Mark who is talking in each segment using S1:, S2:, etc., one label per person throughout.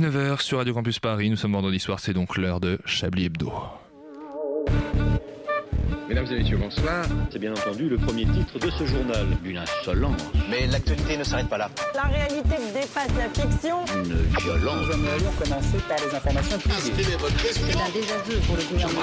S1: 19h sur Radio Campus Paris, nous sommes vendredi soir, c'est donc l'heure de Chablis Hebdo.
S2: Mesdames et messieurs, bonsoir.
S3: C'est bien entendu le premier titre de ce journal. Une insolence,
S4: Mais l'actualité ne s'arrête pas là.
S5: La réalité dépasse la fiction.
S3: une violence.
S6: Nous aimerions commencer par les informations publiques.
S5: C'est un désaveu pour le gouvernement.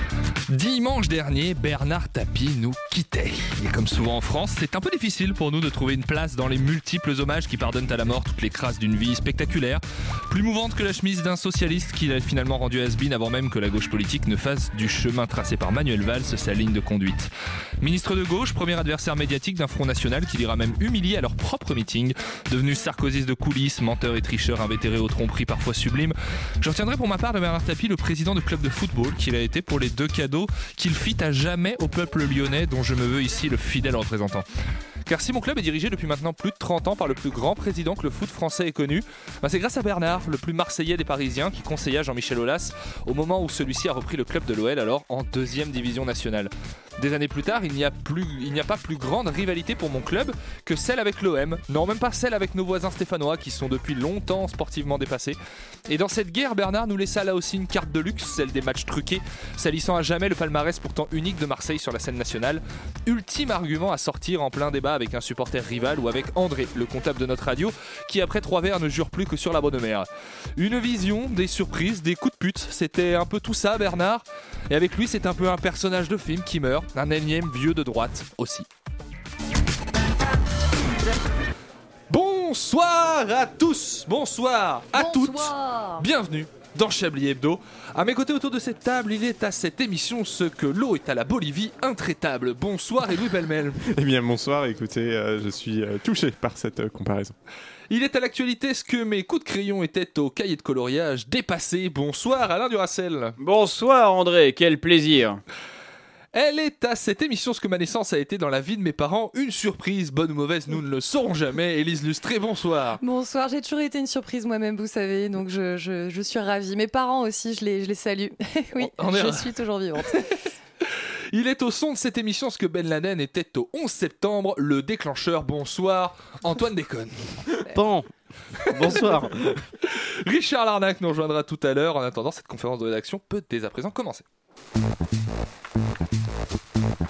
S1: Dimanche dernier, Bernard Tapie nous quittait. Et comme souvent en France, c'est un peu difficile pour nous de trouver une place dans les multiples hommages qui pardonnent à la mort toutes les crasses d'une vie spectaculaire, plus mouvante que la chemise d'un socialiste qu'il a finalement rendu has avant même que la gauche politique ne fasse du chemin tracé par Manuel Valls sa ligne de conduite. Ministre de gauche, premier adversaire médiatique d'un Front National qui l'ira même humilier à leur propre meeting, devenu sarkozyste de coulisses, menteur et tricheur invétéré aux tromperies parfois sublimes. Je retiendrai pour ma part de Bernard Tapie le président du club de football qu'il a été pour les deux cadeaux qu'il fit à jamais au peuple lyonnais dont je me veux ici le fidèle représentant. Car si mon club est dirigé depuis maintenant plus de 30 ans par le plus grand président que le foot français ait connu, bah c'est grâce à Bernard, le plus marseillais des Parisiens, qui conseilla Jean-Michel Aulas au moment où celui-ci a repris le club de l'OL alors en deuxième division nationale. Des années plus tard, il n'y a, plus- il n'y a pas plus grande rivalité pour mon club que celle avec l'OM, non même pas celle avec nos voisins stéphanois qui sont depuis longtemps sportivement dépassés. Et dans cette guerre, Bernard nous laissa là aussi une carte de luxe, celle des matchs truqués, salissant à jamais le palmarès pourtant unique de Marseille sur la scène nationale. Ultime argument à sortir en plein débat avec un supporter rival ou avec André, le comptable de notre radio, qui après trois verres ne jure plus que sur la bonne mer. Une vision, des surprises, des coups de pute, c'était un peu tout ça Bernard, et avec lui c'est un peu un personnage de film qui meurt, un énième vieux de droite aussi. Bonsoir à tous, bonsoir à toutes. Bienvenue dans Chablis Hebdo. À mes côtés autour de cette table, il est à cette émission ce que l'eau est à la Bolivie intraitable. Bonsoir et Louis Belmel.
S7: Eh bien, bonsoir. Écoutez, euh, je suis euh, touché par cette euh, comparaison.
S1: Il est à l'actualité ce que mes coups de crayon étaient au cahier de coloriage dépassé. Bonsoir Alain Duracel.
S8: Bonsoir André, quel plaisir.
S1: Elle est à cette émission ce que ma naissance a été dans la vie de mes parents. Une surprise, bonne ou mauvaise, nous ne le saurons jamais. Élise Lustré, bonsoir.
S9: Bonsoir, j'ai toujours été une surprise moi-même, vous savez, donc je, je- je suis ravie. Mes parents aussi, je les, je les salue. oui,
S1: On- on est
S9: je
S1: ravis.
S9: suis toujours vivante.
S1: Il est au son de cette émission ce que Ben Laden était au 11 septembre, le déclencheur. Bonsoir Antoine Déconne.
S8: Pan. Bonsoir.
S1: Richard Larnac nous rejoindra tout à l'heure. En attendant, cette conférence de rédaction peut dès à présent commencer.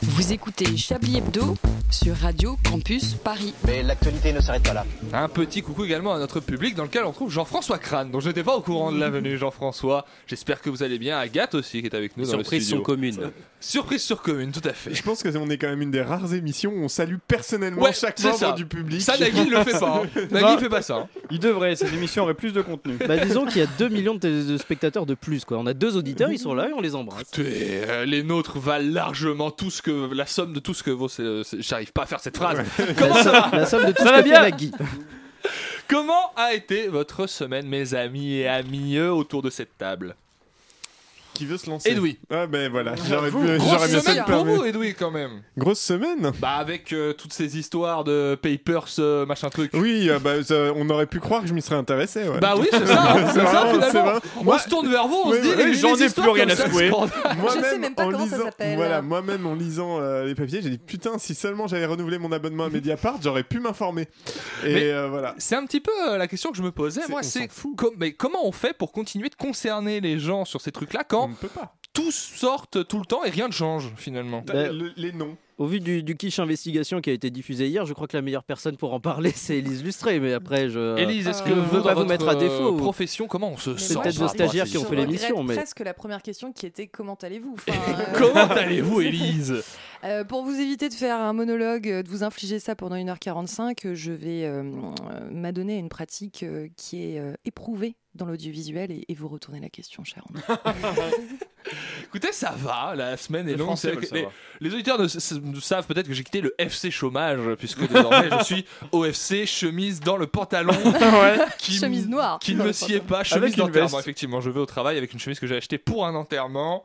S10: Vous écoutez Chablis Hebdo sur Radio Campus Paris.
S4: Mais l'actualité ne s'arrête pas là.
S1: Un petit coucou également à notre public dans lequel on trouve Jean-François Crane, dont je n'étais pas au courant de la venue, Jean-François. J'espère que vous allez bien. Agathe aussi qui est avec nous dans
S8: Surprise
S1: le
S8: sur
S1: studio.
S8: commune.
S1: Surprise sur commune, tout à fait.
S7: Je pense que on est quand même une des rares émissions où on salue personnellement
S1: Ouais,
S7: chaque
S1: c'est
S7: membre
S1: ça.
S7: du public.
S1: Ça, Nagui, il le fait pas. hein. Nagui, il fait pas ça. hein.
S8: Il devrait, cette émission aurait plus de contenu.
S6: Bah, disons qu'il y a 2 millions de, t- de spectateurs de plus. Quoi. On a deux auditeurs, ils sont là et on les embrasse.
S1: Écoutez, euh, les nôtres valent largement tout ce que la somme de tout ce que vaut. c'est- euh, c'est- J'arrive pas à faire cette phrase. Comment
S6: la,
S1: ça
S6: somme,
S1: va
S6: la somme de tout
S8: Ça
S6: ce
S8: va
S6: que fait
S8: bien
S6: Nagui.
S1: Comment a été votre semaine, mes amis et amis euh, autour de cette table
S7: Qui veut se lancer
S1: Edoui.
S7: Ah ben voilà, j'aurais
S6: J'avoue,
S7: pu-
S1: Grosse
S7: j'aurais bien ça
S1: semaine
S7: le
S1: pour
S7: permettre.
S1: vous, Edoui, quand même.
S7: Grosse semaine
S1: Bah avec euh, toutes ces histoires de papers, euh, machin truc.
S7: Oui, euh, bah, ça- on aurait pu croire que je m'y serais intéressé. ouais.
S1: Bah oui, c'est ça, hein, c'est
S7: C'est
S1: ça
S7: vraiment-
S1: finalement.
S7: c'est
S1: On
S7: Moi-
S1: se tourne vers vous, on
S7: Oui,
S1: se dit,
S7: oui,
S1: les- les
S8: j'en ai plus
S1: histoires
S8: rien
S1: comme
S8: à
S1: ça,
S8: secouer.
S1: scandales.
S7: Moi-même,
S9: sais même pas
S7: en
S9: comment ça
S7: lisant-
S9: s'appelle.
S7: Voilà, moi-même en lisant euh, les papiers, j'ai dit putain, si seulement j'avais renouvelé mon abonnement à Mediapart, j'aurais pu m'informer. Et
S1: Mais-
S7: euh, voilà.
S1: C'est un petit peu euh, la question que je me posais,
S7: C'est-
S1: moi,
S7: on
S1: c'est
S7: s'en fout.
S1: com- mais comment on fait pour continuer de concerner les gens sur ces trucs-là quand
S7: On ne peut pas.
S1: tous sortent tout le temps et rien ne change finalement
S7: T'as
S6: Ben-
S7: le- les noms.
S6: Au vu du, du quiche investigation qui a été diffusé hier, je crois que la meilleure personne pour en parler, c'est Élise Lustré. Mais après, je.
S1: Élise, est-ce que
S9: Euh,
S1: vous,
S9: on
S1: dans
S6: va vous
S1: votre,
S6: mettre à
S1: euh,
S6: défaut.
S1: profession, comment on se
S6: C'est
S1: sent
S6: peut-être
S1: par
S6: vos
S1: rapport à
S6: stagiaires
S1: ces
S6: qui ont fait
S1: choses
S6: l'émission, mais-
S9: presque la première question qui était comment allez-vous Enfin, euh,
S1: Comment allez-vous, Élise
S9: euh, Pour vous éviter de faire un monologue, euh, de vous infliger ça pendant 1h45, euh, je vais euh, euh, m'adonner à une pratique euh, qui est euh, éprouvée dans l'audiovisuel et, et vous retournez la question, Sharon.
S1: Écoutez, ça va, la semaine est
S11: Les
S1: longue.
S11: Français
S1: c'est vrai
S11: veulent
S1: que Les,
S11: savoir.
S1: les auditeurs ne, s- s- ne savent peut-être que j'ai quitté le FC chômage, puisque désormais je suis OFC chemise dans le pantalon. qui,
S9: Chemise noire.
S1: Qui ne me sied pas,
S11: Avec
S1: chemise
S11: une
S1: d'enterrement.
S11: veste.
S1: Effectivement, je vais au travail avec une chemise que j'ai achetée pour un enterrement.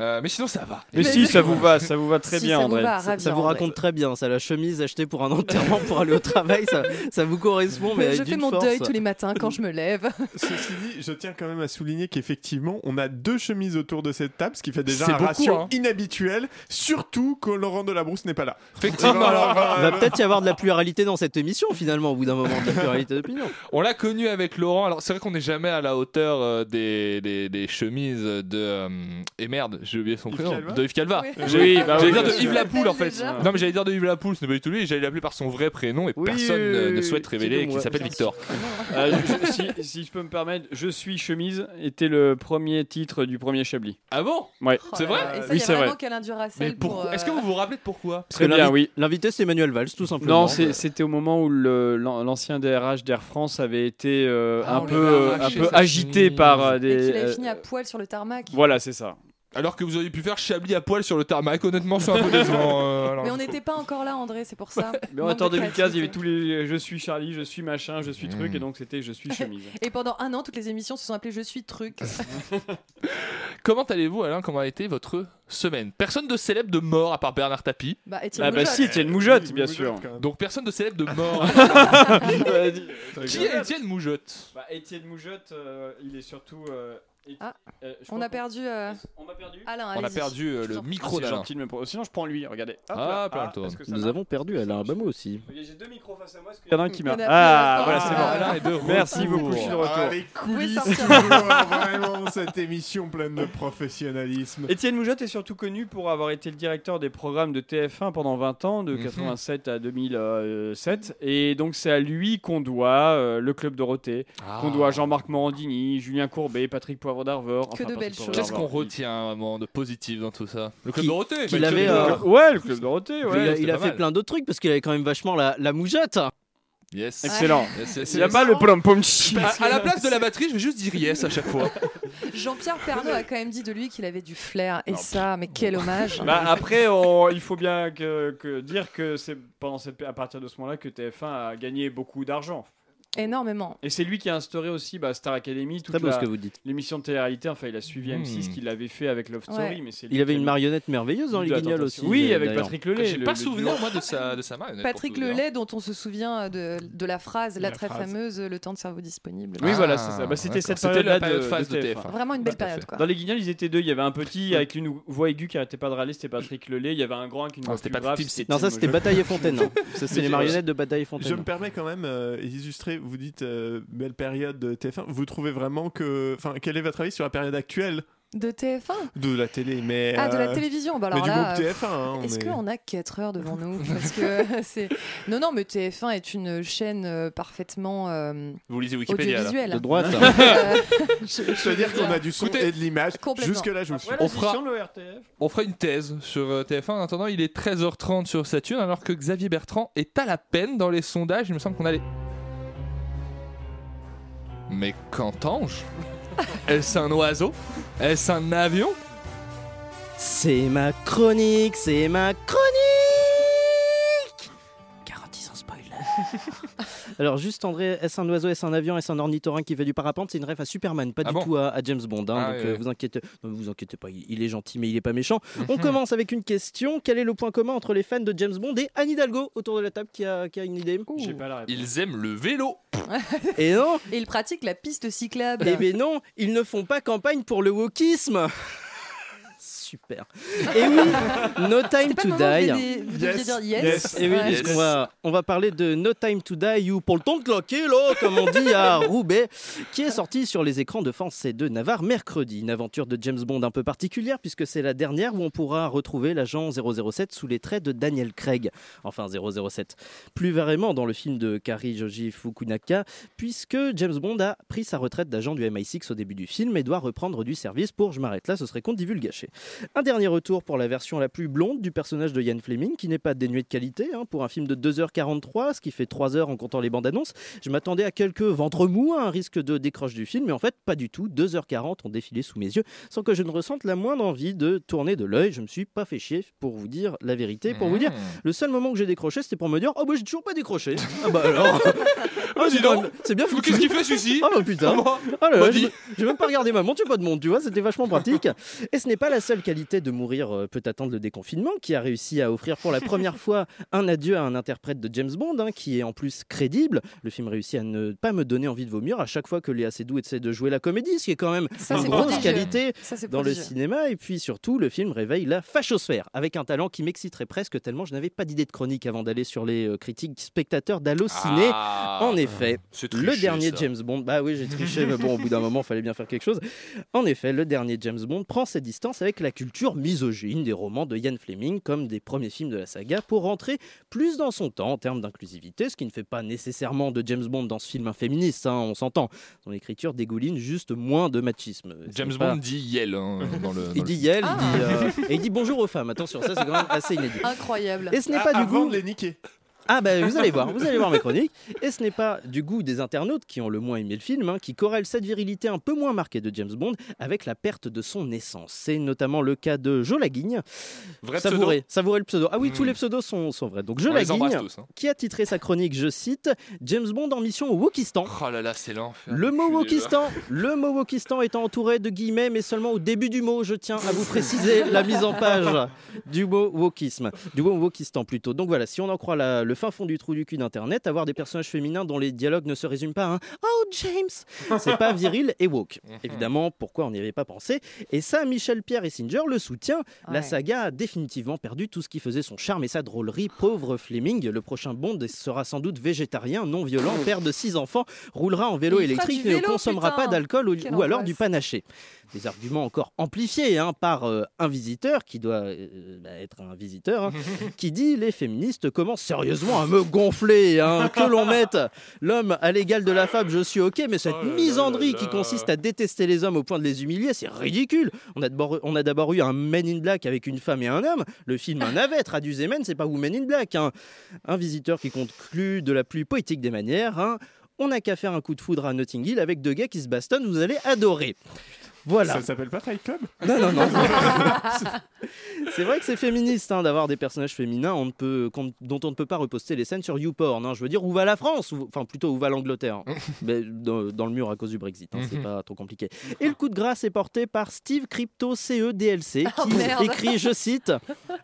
S1: Euh, mais sinon, ça va.
S11: Mais si, ça vous va, ça vous va très
S9: Si,
S11: bien,
S9: ça
S11: André.
S9: vous va,
S6: Ça,
S9: ravi,
S6: ça vous
S9: André.
S6: raconte très bien, ça, la chemise achetée pour un enterrement pour aller au travail, ça, ça vous correspond, mais
S9: je
S6: d'une
S9: fais mon
S6: force.
S9: deuil tous les matins quand je me lève.
S7: Ceci dit, je tiens quand même à souligner qu'effectivement, on a deux chemises autour de cette table, ce qui fait déjà
S1: C'est
S7: un
S1: beaucoup,
S7: ratio
S1: hein.
S7: inhabituel, surtout quand Laurent Delabrousse n'est pas là. euh,
S1: Effectivement, alors,
S11: Euh,
S6: Il va peut-être y avoir de la pluralité dans cette émission, finalement, au bout d'un moment, de la pluralité d'opinion.
S1: on l'a connu avec Laurent. Alors, c'est vrai qu'on n'est jamais à la hauteur euh, des, des, des chemises de. euh, et merde, j'ai oublié son
S7: Yves
S1: prénom.
S7: Calva
S1: De Yves Calva.
S9: Oui.
S11: Oui,
S8: Ah
S11: bah
S1: J'allais
S11: oui,
S1: dire
S11: bien
S1: de
S11: sûr.
S1: Yves Lapoule en fait.
S11: hein.
S9: Déjà.
S1: Non mais j'allais dire de Yves Lapoule, ce n'est pas du tout lui, et j'allais l'appeler par son vrai prénom et
S6: Oui,
S1: personne
S6: oui,
S1: ne-
S6: oui,
S1: ne
S6: oui,
S1: souhaite
S6: c'est
S1: révéler
S6: comme
S1: qu'il
S6: moi.
S1: s'appelle Victor.
S11: Euh, je- si, si je peux me permettre, Je suis chemise était le premier titre du premier Chablis.
S1: Ah bon
S11: Ouais.
S9: Oh
S1: C'est
S7: euh,
S9: là
S1: vrai
S9: là, Et ça,
S11: Oui,
S9: il y a
S11: c'est
S9: vraiment
S11: vrai.
S9: qu'Alain Duracell
S1: Mais
S9: pour.
S1: pourquoi Est-ce que
S9: euh,
S1: vous vous rappelez de pourquoi
S11: Très
S6: que
S11: bien, oui.
S6: L'invité, c'est Emmanuel Valls, tout simplement.
S11: Non, c'est- c'était au moment où le- l'an- l'ancien DRH d'Air France avait été euh,
S1: Ah,
S11: un,
S1: on
S11: peu,
S1: l'avait
S11: euh, un
S1: arraché
S11: peu
S1: sa
S11: agité
S1: chemise.
S11: par euh,
S9: Et
S11: des.
S9: qu'il avait fini à
S11: euh,
S9: poil sur le tarmac.
S11: voilà, c'est ça.
S1: Alors que vous auriez pu faire Chablis à poil sur le tarmac, honnêtement c'est un peu décevant. euh, alors.
S9: Mais on n'était pas encore là, André, c'est pour ça.
S11: Mais en
S9: Manque
S11: même temps,
S9: de
S11: 2015, il y avait
S9: créativité.
S11: tous les je suis Charlie, je suis machin, je suis truc,
S1: Mm.
S11: et donc c'était je suis chemise.
S9: Et pendant un an, toutes les émissions se sont appelées Je suis truc.
S1: Comment allez-vous Alain Comment a été votre semaine Personne de célèbre de mort à part Bernard Tapie.
S9: Bah, Étienne
S11: ah bah
S9: Moujotte.
S11: si, Étienne Moujotte, bien sûr.
S1: Donc personne de célèbre de mort.
S11: Ah,
S1: Qui est Étienne Moujotte
S11: euh, Bah, Étienne Moujotte, euh, il est surtout. euh,
S9: Ah, On a perdu euh,
S11: On m'a perdu.
S9: Alain.
S1: On a
S9: allez-y.
S1: perdu euh,
S9: Je vous
S1: le
S9: en prie.
S1: micro
S11: Ah, c'est
S1: d'Alain.
S11: gentil de me prendre. Sinon, je prends lui, regardez.
S1: Ah,
S11: Hop là.
S1: plein de tours.
S11: est-ce que ça
S6: Bah, Nous
S11: marche
S6: avons perdu Alain Abamo aussi.
S11: Regardez, J'ai deux micros face à moi. Est-ce qu'il y en a un qui
S9: Il y en
S11: meurt
S9: a plus,
S11: Ah,
S9: il y en a
S11: voilà,
S9: plus.
S11: c'est
S1: Ah,
S11: bon.
S1: Alain est de
S11: Merci
S1: retour.
S11: beaucoup, je suis de
S7: Ah,
S11: retour.
S7: les
S9: pouvez
S7: coulisses,
S9: sortir.
S7: toujours, vraiment cette émission pleine de professionnalisme.
S11: Étienne Moujotte est surtout connu pour avoir été le directeur des programmes de TF1 pendant 20 ans, de
S1: Mhm.
S11: 87 à 2007. Et donc, c'est à lui qu'on doit euh, le Club Dorothée, Ah.
S1: Ah.
S11: qu'on doit Jean-Marc Morandini, Julien Courbet, Patrick Poivre d'Arvor.
S9: Que de
S11: Patrick
S9: belles
S11: Poivre
S9: choses.
S1: Qu'est-ce qu'on
S11: d'Arvor, il-
S1: retient vraiment de positif dans tout ça Le club
S6: Qui-
S1: Dorothée
S6: qu'il
S1: bah,
S6: avait,
S1: que-
S6: euh,
S11: Ouais, le Club Dorothée,
S6: il a,
S11: ouais.
S1: c'était
S6: il a
S1: pas
S6: fait
S1: mal.
S6: plein d'autres trucs parce qu'il avait quand même vachement la, la moujotte.
S1: Yes.
S11: Excellent.
S1: Yes, yes,
S11: Ah. Il n'y a
S1: yes.
S11: pas le pom pom chi.
S1: À, à la place de la batterie, je vais juste dire yes à chaque fois.
S9: Jean-Pierre Pernaut a quand même dit de lui qu'il avait du flair. Et ça, mais quel hommage.
S11: Bah, après, on- il faut bien que, que dire que c'est pendant cette, à partir de ce moment-là que TF1 a gagné beaucoup d'argent.
S9: Énormément.
S11: Et c'est lui qui a instauré aussi bah, Star Academy, toute
S6: Très beau
S11: la-
S6: ce que vous dites.
S11: l'émission de télé-réalité. Enfin, il a suivi
S1: Hmm.
S11: M6 qui l'avait fait avec Love Story,
S9: Ouais.
S11: mais c'est lui
S6: Il avait
S11: qui a
S6: une
S11: mis
S6: marionnette merveilleuse dans
S11: de
S6: les
S11: la
S6: guignols aussi.
S11: tentation.
S6: euh,
S11: Oui,
S6: d'ailleurs.
S11: avec Patrick Lelay.
S1: J'ai
S11: le-
S1: pas
S11: le
S1: souvenir
S11: duo.
S1: moi de sa de sa marionnette.
S9: Patrick
S1: pour tout dire.
S9: Lelay, dont on se souvient euh, de, de la phrase,
S7: La
S9: la, très
S7: phrase.
S9: fameuse Le temps de cerveau disponible.
S11: Oui,
S1: Ah,
S11: voilà, c'est ça. Bah, c'était
S1: d'accord.
S11: cette
S1: C'était la
S11: période-là
S1: période
S11: de-
S1: phase de
S11: de TF1.
S1: TF1.
S9: Vraiment une belle
S1: Bah, Tout à fait.
S9: période, quoi.
S11: Dans les guignols, ils étaient deux. Il y avait un petit avec une voix aiguë qui arrêtait pas de râler, c'était Patrick Lelay. Il y avait un grand avec une
S1: Non,
S11: voix
S1: c'était
S11: plus
S1: Patrick
S11: grave.
S1: Timsit.
S6: Non, ça c'était
S11: Mojot.
S6: Bataille et Fontaine. hein. Ça c'est
S7: Mais
S6: les
S7: je-
S6: marionnettes de Bataille et
S7: Je me
S6: Fontaine.
S7: permets quand même euh, d'illustrer, vous dites euh, belle période de TF1, vous trouvez vraiment que... Enfin, quel est votre avis sur la période actuelle
S9: De TF1
S7: de la télé mais,
S9: Ah, de la
S7: euh,
S9: télévision. Bah,
S7: mais
S9: alors
S7: du
S9: là,
S7: groupe TF1.
S6: Oh,
S7: hein, on
S9: Est-ce
S7: est-
S9: qu'on a 4 heures devant nous Parce que c'est. Non, non, mais TF1 est une chaîne euh, parfaitement euh,
S1: Vous lisez Wikipédia là.
S9: audiovisuelle.
S6: De droite.
S9: Euh, je- je
S7: Je veux dire qu'on a du son
S1: Écoutez,
S7: et de l'image.
S9: complètement.
S7: Jusque-là, je vous suis.
S11: Après
S1: On fera-
S11: l'acquisition de l'ORTF.
S1: On fera une thèse sur euh, TF1. En attendant, il est 13h30 sur Saturne alors que Xavier Bertrand est à la peine dans les sondages. Il me semble qu'on a les. Mais qu'entends-je Est-ce un oiseau Est-ce un avion
S6: C'est ma chronique, c'est ma chronique Garantie sans spoiler. Alors juste André, est-ce un oiseau, est-ce un avion, est-ce un ornithorynque qui fait du parapente C'est une ref à Superman, pas
S1: Ah
S6: du
S1: bon
S6: tout à, à James Bond. hein,
S1: Ah,
S6: donc
S1: oui,
S6: euh,
S1: oui.
S6: vous inquiétez, non, vous inquiétez pas, il, il est gentil mais il est pas méchant. On commence avec une question. Quel est le point commun entre les fans de James Bond et Anne Hidalgo autour de la table qui a, qui a une idée
S11: J'ai pas la réponse.
S1: Ils aiment le vélo.
S6: Et non,
S9: Et ils pratiquent la piste cyclable.
S6: Eh ben non, ils ne font pas campagne pour le wokisme. Super. Et oui, No Time
S9: C'est pas le
S6: to
S9: moment où
S6: Die.
S9: vous deviez- vous deviez
S7: Yes.
S9: dire yes.
S7: Yes.
S6: Et oui,
S9: Ouais.
S6: parce qu'on va, on va parler de No Time to Die ou Pour le temps de claquer, là, comme on dit à Roubaix, qui est sorti sur les écrans de France et de Navarre mercredi. Une aventure de James Bond un peu particulière, puisque c'est la dernière où on pourra retrouver l'agent 007 sous les traits de Daniel Craig. Enfin, 007. Plus vraiment dans le film de Kari Joji Fukunaka, puisque James Bond a pris sa retraite d'agent du MI6 au début du film et doit reprendre du service pour Je m'arrête là, ce serait con de divulgacher. Un dernier retour pour la version la plus blonde du personnage de Ian Fleming, qui n'est pas dénué de qualité hein, pour un film de 2h43, ce qui fait 3 heures en comptant les bandes annonces. Je m'attendais à quelques ventres mous, à un risque de décroche du film, mais en fait, pas du tout. 2h40 ont défilé sous mes yeux sans que je ne ressente la moindre envie de tourner de l'œil. Je me suis pas fait chier pour vous dire la vérité.
S1: Mmh.
S6: Pour vous dire,
S1: Hmm.
S6: le seul moment que j'ai décroché, c'était pour me dire Oh, bah, j'ai toujours pas décroché. ah, bah alors. Ah,
S1: dis
S6: c'est quand
S1: donc.
S6: même- C'est bien foutu.
S1: Qu'est-ce qu'il fait, celui-ci
S6: Ah, bah putain.
S1: Ah, moi.
S6: Ah là là,
S1: Moi,
S6: j'ai
S1: dis.
S6: j'ai même pas regardé ma montre, j'ai pas de montre, tu vois, c'était vachement pratique. Et ce n'est pas la seule qualité de mourir euh, peut attendre le déconfinement, qui a réussi à offrir pour la première fois un adieu à un interprète de James Bond, hein, qui est en plus crédible. Le film réussit à ne pas me donner envie de vomir à chaque fois que Léa Seydoux essaie de jouer la comédie, ce qui est quand même
S9: Ça,
S6: une
S9: c'est
S6: grosse
S9: prodigieux.
S6: qualité
S9: Ça, c'est
S6: dans le
S9: prodigieux.
S6: cinéma. Et puis surtout, le film réveille la fachosphère, avec un talent qui m'exciterait presque tellement je n'avais pas d'idée de chronique avant d'aller sur les euh, critiques spectateurs d'Allociné.
S1: Ah.
S6: en effet,
S1: C'est
S6: le
S1: triché,
S6: dernier
S1: ça.
S6: James Bond, bah oui j'ai triché, mais bon au bout d'un moment fallait bien faire quelque chose. En effet, le dernier James Bond prend ses distances avec la culture misogyne des romans de Ian Fleming comme des premiers films de la saga pour rentrer plus dans son temps en termes d'inclusivité, ce qui ne fait pas nécessairement de James Bond dans ce film un féministe, hein, on s'entend. Son écriture dégouline juste moins de machisme. C'est
S1: James
S6: pas-
S1: Bond dit Yel hein, dans le.
S6: Il
S1: dans
S6: dit
S1: le-
S6: Yel,
S9: Ah.
S6: il dit, euh, et il dit bonjour aux femmes. Attention, ça c'est quand même assez inédit.
S9: Incroyable.
S6: Et ce n'est
S7: Ah,
S6: pas du
S7: avant
S6: goût.
S7: de les niquer.
S6: Ah ben vous allez voir, vous allez voir mes chroniques. Et ce n'est pas du goût des internautes qui ont le moins aimé le film, hein, qui corrèle cette virilité un peu moins marquée de James Bond avec la perte de son essence. C'est notamment le cas de Jo Laguigne.
S1: Vrai pseudo.
S6: Savourez, savourez le pseudo. Ah oui, tous
S1: Mm.
S6: les pseudos sont, sont vrais. Donc Jo
S1: On les embrasse
S6: Laguigne,
S1: tous. hein.
S6: qui a titré sa chronique, je cite, James Bond en mission au Wokistan.
S1: Oh là là, c'est l'enfer.
S6: Le mot
S1: Je suis déjà-
S6: Wokistan, le mot Wokistan étant entouré de guillemets, mais seulement au début du mot, je tiens à vous préciser la mise en page du mot wokisme, du mot Wokistan plutôt. Donc voilà, si on en croit la- le fin fond du trou du cul d'Internet, avoir des personnages féminins dont les dialogues ne se résument pas à un Oh James, c'est pas viril et woke.
S1: Mhm.
S6: Évidemment, pourquoi on n'y avait pas pensé Et ça, Michel Pierre et Singer le soutient. La
S9: Ouais.
S6: saga a définitivement perdu tout ce qui faisait son charme et sa drôlerie. Pauvre Fleming, le prochain Bond sera sans doute végétarien, non violent, père de six enfants, roulera en vélo
S9: Il fera
S6: électrique
S9: du
S6: et ne
S9: vélo,
S6: consommera
S9: putain.
S6: pas d'alcool ou,
S9: Quelle
S6: ou alors
S9: angoisse.
S6: du panaché. Des arguments encore amplifiés hein, par euh, un visiteur qui doit euh, bah, être un visiteur, hein, qui dit les féministes commencent sérieusement à me gonfler, hein, que l'on mette l'homme à l'égal de la femme, je suis ok, mais cette
S1: Oh là là
S6: misandrie
S1: là
S6: qui
S1: là.
S6: consiste à détester les hommes au point de les humilier, c'est ridicule. On a d'abord, on a d'abord eu un Men in Black avec une femme et un homme. Le film Un avait traduit Men, c'est pas Women in Black. hein. Un visiteur qui conclut de la plus poétique des manières. hein. On n'a qu'à faire un coup de foudre à Notting Hill avec deux gars qui se bastonnent, vous allez adorer. Voilà.
S7: Ça s'appelle pas Fight Club
S6: Non, non, non. c'est vrai que c'est féministe hein, d'avoir des personnages féminins on ne peut, qu'on- dont on ne peut pas reposter les scènes sur YouPorn. hein. Je veux dire, où va la France Où- Enfin, plutôt, où va l'Angleterre Mais dans, dans le mur à cause du Brexit, hein, c'est
S1: Mhm.
S6: pas trop compliqué. Et le coup de grâce est porté par Steve E Crypto CEDLC,
S9: Oh,
S6: qui
S9: merde.
S6: écrit, je cite,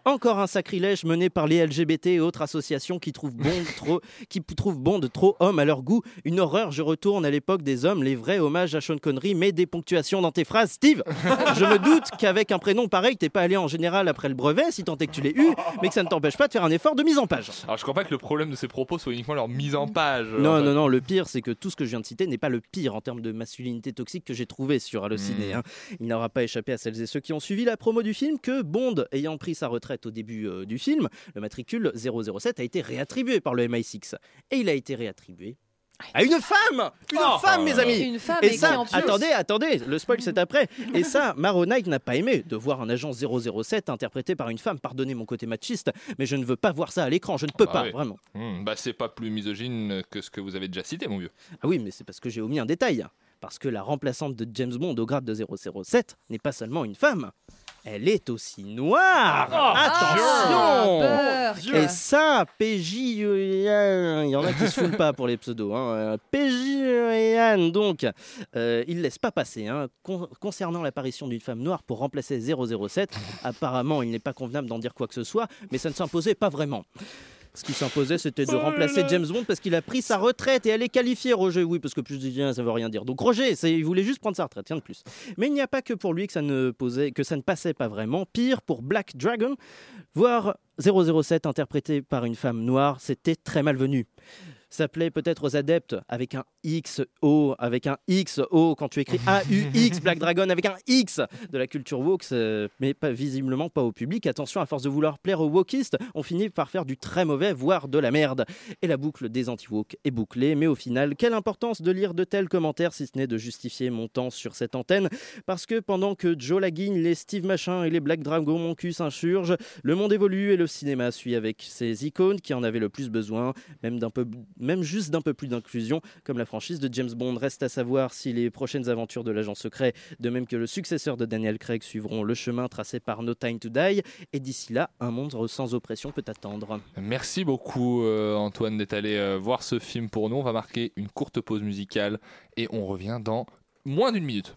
S6: Encore un sacrilège mené par les LGBT et autres associations qui trouvent bon trop, qui p- trouvent bon de trop hommes à leur goût. Une horreur, je retourne à l'époque des hommes, les vrais hommages à Sean Connery, mais des ponctuations dans tes phrases, Steve. Je me doute qu'avec un prénom pareil, t'es pas allé en général après le brevet, si tant est que tu l'aies eu, mais que ça ne t'empêche pas de faire un effort de mise en page.
S1: Alors je crois pas que le problème de ces propos soit uniquement leur mise en page. Euh, en
S6: Non,
S1: fait.
S6: non, non, le pire, c'est que tout ce que je viens de citer n'est pas le pire en termes de masculinité toxique que j'ai trouvé sur
S1: Hmm.
S6: Allociné. hein. Il n'aura pas échappé à celles et ceux qui ont suivi la promo du film que Bond, ayant pris sa retraite au début euh, du film, le matricule 007 a été réattribué par le MI6. Et il a été réattribué à une femme Une
S1: Oh
S6: femme, mes amis
S9: Une femme
S6: et
S9: et Ah, qui
S6: ça,
S9: en plus-
S6: attendez, attendez, le spoil c'est après. Et ça, Maro Knight n'a pas aimé de voir un agent 007 interprété par une femme. Pardonnez mon côté machiste, mais je ne veux pas voir ça à l'écran, je ne peux
S1: Bah
S6: pas,
S1: oui.
S6: vraiment.
S1: Hmm, bah c'est pas plus misogyne que ce que vous avez déjà cité, mon vieux.
S6: Ah oui, mais c'est parce que j'ai omis un détail. Parce que la remplaçante de James Bond au grade de 007 n'est pas seulement une femme, elle est aussi noire Attention
S9: Ah, beurk.
S6: Et ça, PJ, euh, il y en a qui se foulent pas pour les pseudos. Hein. Euh, PJ euh, Yann, donc, euh, il laisse pas passer. hein. Con- concernant l'apparition d'une femme noire pour remplacer 007, apparemment, il n'est pas convenable d'en dire quoi que ce soit, mais ça ne s'imposait pas vraiment. Ce qui s'imposait, c'était de remplacer James Bond parce qu'il a pris sa retraite et elle est qualifiée, Roger. Oui, parce que plus de rien, ça veut rien dire. Donc Roger, c'est- il voulait juste prendre sa retraite, rien de plus. Mais il n'y a pas que pour lui que ça ne posait, que ça ne passait pas vraiment. Pire pour Black Dragon, voir 007 interprété par une femme noire, c'était très malvenu. s'appelait peut-être aux adeptes avec un XO, avec un XO, quand tu écris AUX Black Dragon avec un X de la culture woke, euh, mais pas, visiblement pas au public. Attention, à force de vouloir plaire aux wokistes, on finit par faire du très mauvais, voire de la merde. Et la boucle des anti-woke est bouclée, mais au final, quelle importance de lire de tels commentaires si ce n'est de justifier mon temps sur cette antenne Parce que pendant que Joe Laguigne, les Steve Machin et les Black Dragon Moncus s'insurgent, le monde évolue et le cinéma suit avec ses icônes qui en avaient le plus besoin, même, d'un peu, même juste d'un peu plus d'inclusion, comme la franchise de James Bond. Reste à savoir si les prochaines aventures de l'agent secret, de même que le successeur de Daniel Craig, suivront le chemin tracé par No Time to Die. Et d'ici là, un monde sans oppression peut attendre.
S1: Merci beaucoup euh, Antoine d'être allé euh, voir ce film pour nous. On va marquer une courte pause musicale et on revient dans moins d'une minute.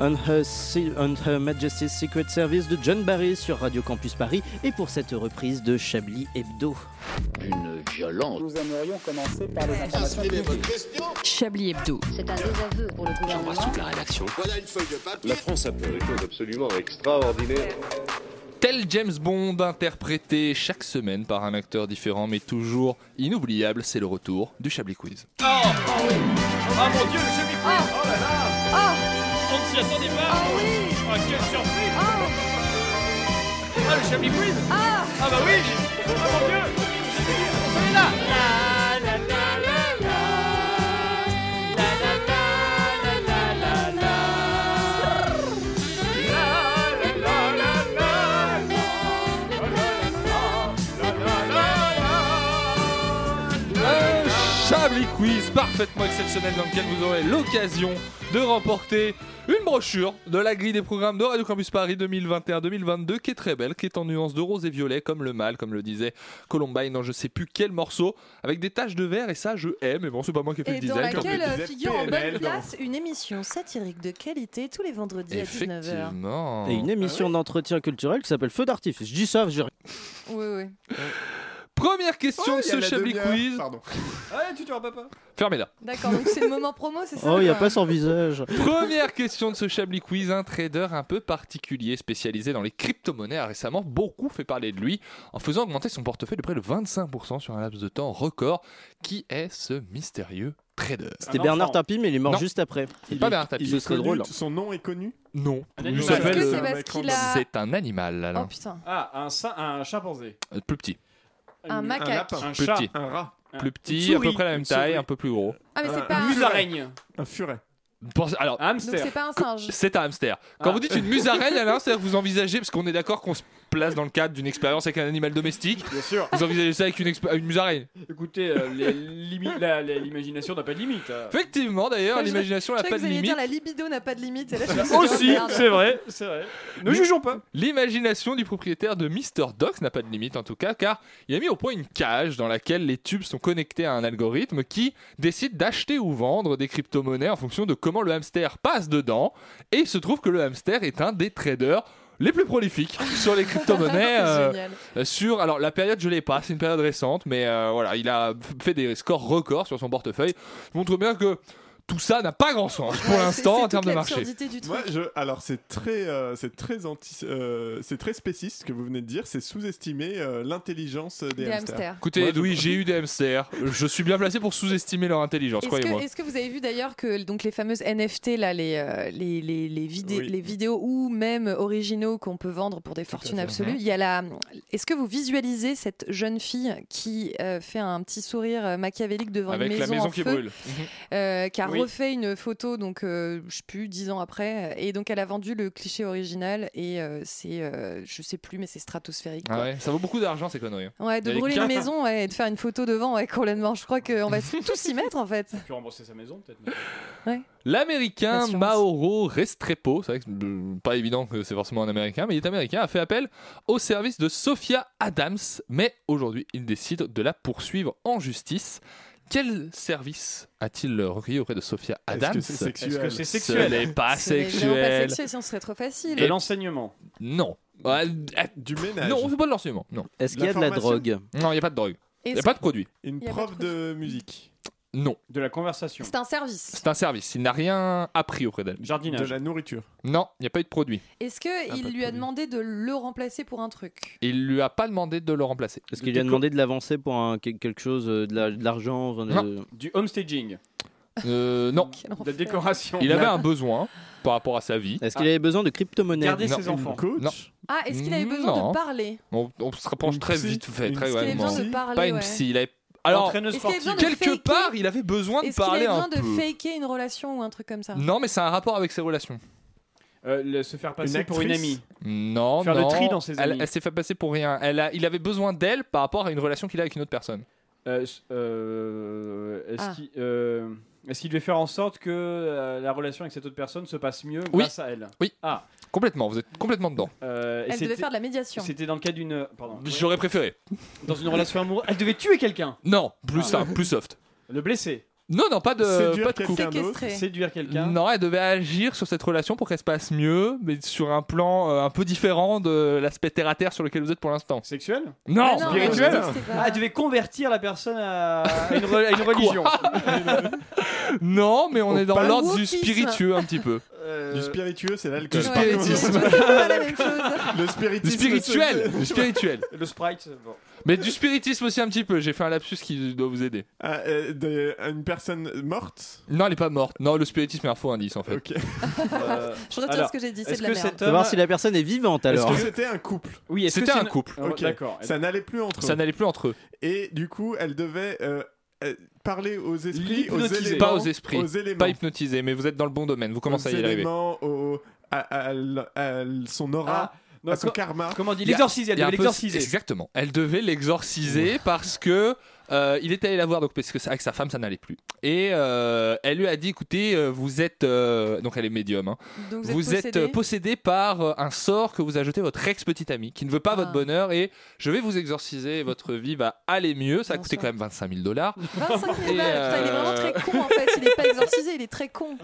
S6: On Her, Se- On Her Majesty's Secret Service de John Barry sur Radio Campus Paris et pour cette reprise de Chablis Hebdo.
S3: Une violence.
S5: Nous aimerions commencer par les informations publiques.
S10: Chablis Hebdo.
S5: C'est un désaveu pour le gouvernement.
S3: la rédaction.
S2: Voilà une feuille de papier.
S3: La France a peur.
S2: Des choses absolument extraordinaires.
S1: Tel James Bond interprété chaque semaine par un acteur différent mais toujours inoubliable, c'est le retour du Chablis Quiz.
S9: Ah. Ah.
S1: Un Chablis Quiz parfaitement exceptionnel dans lequel vous aurez l'occasion de remporter une brochure de la grille des programmes de Radio Campus Paris 2021-2022 qui est très belle, qui est en nuances de rose et violet comme le mal, comme le disait Columbine dans je sais plus quel morceau, avec des taches de vert et ça je aime, mais bon c'est pas moi qui ai fait
S9: Et
S1: le
S9: dans
S1: design.
S9: laquelle
S7: comme le disait
S9: figure en bonne
S7: PLL dans-
S9: place une émission satirique de qualité tous les vendredis à 19h.
S1: Effectivement.
S6: Et une émission d'entretien culturel qui s'appelle Feu d'artifice. Je dis ça, je...
S9: Oui, oui.
S1: Première question
S7: Oh,
S1: de
S7: il y a
S1: ce
S7: la
S1: Chablis
S7: demi-heure.
S1: Quiz.
S7: Pardon.
S8: Ouais, tu te rappelles pas
S1: Fermez-la.
S9: D'accord, donc c'est le moment promo, c'est ça
S6: Oh, il n'y a
S9: quoi
S6: pas son visage.
S1: Première question de ce Chablis Quiz, un trader un peu particulier spécialisé dans les crypto-monnaies a récemment beaucoup fait parler de lui en faisant augmenter son portefeuille de près de 25% sur un laps de temps record. Qui est ce mystérieux trader
S6: C'était
S8: Un
S6: Bernard
S8: enfant.
S6: Tapie, mais il est mort
S1: Non.
S6: juste après.
S1: C'est pas Bernard Tapie.
S6: Ce serait
S7: Connu,
S6: drôle.
S7: Son nom est connu.
S1: Non.
S8: Un
S1: Il
S8: animal.
S9: Est-ce
S1: s'appelle-
S9: que
S7: Appelle,
S9: c'est
S7: euh,
S9: parce
S7: mec
S9: qu'il
S7: random.
S9: a...
S1: C'est un animal,
S9: Oh
S1: Alain.
S9: putain,
S8: Ah, un, sa- un chimpanzé.
S1: Euh, Plus petit.
S9: un
S8: Une-
S7: Un
S9: macaque.
S7: lapin.
S8: Un
S1: Plus
S8: Oh, chat.
S1: petit.
S7: Un rat.
S1: Plus petit,
S8: souris,
S1: à peu près la
S7: une
S1: même taille,
S7: souris.
S1: un peu plus gros.
S9: Ah mais
S7: Un-
S9: c'est
S8: Une
S9: pas...
S8: musaraigne.
S7: Un furet.
S1: Pense- Alors,
S8: Un
S9: Donc
S8: hamster.
S9: c'est pas un singe.
S1: c'est un hamster. Quand
S8: Ah.
S1: vous dites une musaraigne, Alain, c'est-à-dire que vous envisagez, parce qu'on est d'accord qu'on se place dans le cadre d'une expérience avec un animal domestique
S8: Bien sûr.
S1: Vous envisagez ça avec une, exp- une musaraigne
S8: Écoutez, euh, les limi- la- la- l'imagination n'a pas de limite. euh.
S1: Effectivement, d'ailleurs,
S9: Ouais, je-
S1: l'imagination
S9: Je
S1: n'a
S9: croyais
S1: pas de
S9: que vous alliez
S1: limite.
S9: dire la libido n'a pas de limite. Et là, je me suis dit,
S8: Aussi,
S9: merde.
S8: c'est vrai, c'est vrai. Ne
S1: Mais-
S8: jugeons pas.
S1: L'imagination du propriétaire de Mr. Doc n'a pas de limite en tout cas, car il a mis au point une cage dans laquelle les tubes sont connectés à un algorithme qui décide d'acheter ou vendre des crypto-monnaies en fonction de comment le hamster passe dedans. Et il se trouve que le hamster est un des traders les plus prolifiques sur les crypto-monnaies.
S9: Ah, C'est
S1: euh,
S9: génial.
S1: euh, sur, alors la période je l'ai pas, c'est une période récente, mais euh, voilà, il a f- fait des scores records sur son portefeuille. Ça montre bien que tout ça n'a pas grand sens pour
S9: Ouais, c'est-
S1: l'instant
S9: c'est
S1: en termes
S9: toute
S1: de marché.
S9: l'absurdité du
S7: Moi,
S9: truc.
S7: je, alors c'est très, euh, c'est très anti, euh, c'est très spéciste ce que vous venez de dire. C'est sous-estimer euh, l'intelligence des,
S9: Des
S7: hamsters.
S9: hamsters.
S1: Écoutez,
S7: Moi, je-
S1: Edoui, j'ai eu des hamsters. Je suis bien placé pour sous-estimer leur intelligence,
S9: Est-ce que,
S1: croyez-moi.
S9: est-ce que vous avez vu d'ailleurs que donc les fameuses NFT là, les euh, les, les, les, vidé-
S7: Oui.
S9: les vidéos ou même originaux qu'on peut vendre pour des fortunes
S1: fait.
S9: absolues. Il y a la. Est-ce que vous visualisez cette jeune fille qui euh, fait un petit sourire euh, machiavélique devant
S1: Avec
S9: une
S1: la
S9: maison,
S1: maison
S9: en
S1: qui
S9: feu,
S1: brûle.
S9: euh, qui a
S8: Oui.
S9: refait une photo donc euh, je sais plus dix ans après et donc elle a vendu le cliché original et euh, c'est euh, je sais plus mais c'est stratosphérique.
S1: Ah
S9: quoi.
S1: ouais, ça vaut beaucoup d'argent ces conneries. hein.
S9: Ouais, de
S1: Il y a
S9: brûler
S1: les
S9: une maison ouais, et de faire une photo devant, ouais, complètement. Je crois qu'on va tous y mettre en fait.
S8: Tu rembourser sa maison peut-être.
S1: L'américain
S9: L'assurance.
S1: Mauro Restrepo, c'est vrai que c'est, euh, pas évident que c'est forcément un américain, mais il est américain, a fait appel au service de Sophia Adams, mais aujourd'hui il décide de la poursuivre en justice. Quel service a-t-il recueilli auprès de Sophia
S7: Est-ce que
S1: Adams
S7: c'est
S1: Ce
S8: Est-ce
S7: sexuel
S8: que c'est
S1: n'est
S8: sexuel
S1: pas
S9: C'est évidemment pas
S1: Ah, sexuel.
S9: sexuel, sinon ce serait trop facile.
S8: De l'enseignement.
S1: Non. Ah, ah,
S7: Du ménage.
S1: Non, c'est pas de l'enseignement. Non,
S6: Est-ce qu'il y a de la
S7: L'information.
S6: drogue
S1: il n'y a pas de drogue. Il n'y
S9: Est-ce
S1: a pas de produit.
S7: Une
S9: Y a pas
S7: prof
S9: de
S7: de musique.
S1: Non.
S8: De la conversation.
S9: C'est un service.
S1: C'est un service. Il n'a rien appris auprès d'elle.
S7: De
S8: Jardinage.
S7: la nourriture.
S1: Non, il n'y a pas eu de produit.
S9: Est-ce que
S7: Ah, pas
S9: il
S7: de
S9: lui a
S7: problème.
S9: demandé de le remplacer pour un truc
S1: Il lui a pas demandé de le remplacer.
S6: Est-ce qu'il lui a demandé de l'avancer pour un- quel- quelque chose, euh, de la- de l'argent enfin, de-
S8: Du homestaging.
S1: Euh, non.
S9: Quel
S8: De la
S9: enfer.
S8: décoration.
S1: Il avait un besoin par rapport à sa vie.
S6: Est-ce qu'il avait besoin de crypto-monnaie
S8: Garder
S1: Non.
S8: ses enfants.
S7: Coach.
S1: Non.
S9: Ah, est-ce qu'il avait besoin
S1: Non.
S9: de parler
S1: On, on se rapproche
S7: Une
S1: très
S7: psy,
S1: vite fait.
S7: une
S1: Très
S7: psy.
S9: Est-ce qu'il avait
S1: vraiment.
S9: besoin de parler
S1: Pas une
S9: ouais.
S1: psy. Il avait... Alors,
S8: Entraîneuse
S9: Est-ce qu'il y a
S8: sportive.
S9: besoin de
S1: quelque
S9: faker
S1: part, il avait besoin de
S9: Est-ce qu'il
S1: parler
S9: avait besoin
S1: un
S9: de
S1: peu.
S9: faker une relation ou un truc comme ça
S1: Non, mais c'est un rapport avec ses relations.
S8: Euh, le- se faire passer
S7: Une
S8: pour une
S7: actrice.
S8: amie.
S1: Non,
S8: Faire le
S1: Oh non.
S8: tri dans ses
S1: elle
S8: amis.
S1: elle s'est fait passer pour rien. Elle a- il avait besoin d'elle par rapport à une relation qu'il a avec une autre personne.
S8: Euh, s- euh, Est-ce
S9: Ah.
S8: qu'il euh, est-ce qu'il devait faire en sorte que euh, la relation avec cette autre personne se passe mieux
S1: Oui.
S8: grâce à elle
S1: Complètement, vous êtes complètement dedans.
S8: Euh, et
S9: Elle devait
S8: c'était-
S9: faire de la médiation.
S8: C'était dans le cadre d'une. Pardon.
S1: J'aurais préféré.
S8: Dans une relation amoureuse. Elle devait tuer quelqu'un.
S1: Non, plus
S8: Ah.
S1: simple, plus soft.
S8: Le blesser.
S1: Non, non, pas de,
S7: Séduire
S1: pas de coup.
S7: quelqu'un d'autre.
S9: Séquestrée.
S8: Séduire quelqu'un.
S1: Non, elle devait agir sur cette relation pour qu'elle se passe mieux, mais sur un plan euh, un peu différent de l'aspect terre à terre sur lequel vous êtes pour l'instant.
S8: Sexuel
S9: Ah
S1: Non,
S9: non, mais je
S1: spirituel.
S9: me dis que c'était pas-
S8: Ah, elle devait convertir la personne à, à une, re- à une religion.
S1: Non, mais on
S7: Au
S1: est dans
S7: palais.
S1: l'ordre du
S9: Wokisme.
S1: spiritueux un petit peu.
S8: Euh,
S7: Du spiritueux, c'est l'alcool.
S1: Du
S9: Ouais.
S1: spiritisme.
S9: C'est pas la même chose.
S7: Le spiritisme.
S1: Du spirituel, du spirituel.
S8: le sprite. Bon.
S1: Mais du spiritisme aussi un petit peu. J'ai fait un lapsus qui doit vous aider.
S7: Ah, euh, de- une personne morte.
S1: Non, elle est pas morte. Non, le spiritisme est un faux indice en fait.
S7: Ok.
S8: Euh,
S9: Je retiens
S8: Alors,
S9: ce que j'ai dit, c'est
S8: Est-ce
S9: de la
S8: que
S9: merde.
S8: cet
S6: Savoir
S8: homme.
S6: si la personne est vivante
S7: Est-ce
S6: alors.
S7: que c'était un couple
S8: Oui, est-ce que
S1: C'était
S8: c'est
S1: un
S8: une-
S1: couple.
S8: Oh,
S7: Ok.
S8: D'accord.
S7: Ça n'allait plus entre
S1: Ah, Ça
S7: eux.
S1: n'allait plus entre eux.
S7: Et du coup, elle devait euh, euh, parler aux esprits, aux
S8: L'hypnotiser.
S7: éléments.
S1: Pas aux esprits,
S7: Aux éléments.
S1: Pas hypnotisé, mais vous êtes dans le bon domaine. Vous commencez à
S7: aux
S1: y arriver.
S7: éléments, au- à, à l- à l- son aura,
S8: Ah, non,
S7: à son
S8: co-
S7: karma.
S8: comment on dit
S1: Il y a-
S8: L'exorciser. Elle
S1: Il y a
S8: devait
S1: un peu-
S8: l'exorciser.
S1: Exactement. Elle devait l'exorciser parce que euh, il est allé la voir donc parce que ça- avec sa femme ça n'allait plus. Et euh, elle lui a dit écoutez euh, vous êtes euh, donc elle est médium. hein.
S9: Donc
S1: vous, êtes euh,
S9: possédé.
S1: possédé par euh, un sort que vous a jeté votre ex petite amie qui ne veut pas
S9: Ah.
S1: votre bonheur et je vais vous exorciser. Votre vie va aller mieux. Ça a
S9: Bien
S1: coûté
S9: sûr.
S1: quand même 25 000 dollars.
S9: 25 000
S1: Et,
S9: balles.
S1: euh, Bah,
S9: Putain, il est vraiment très con en fait. Il est pas exorcisé, il est très con.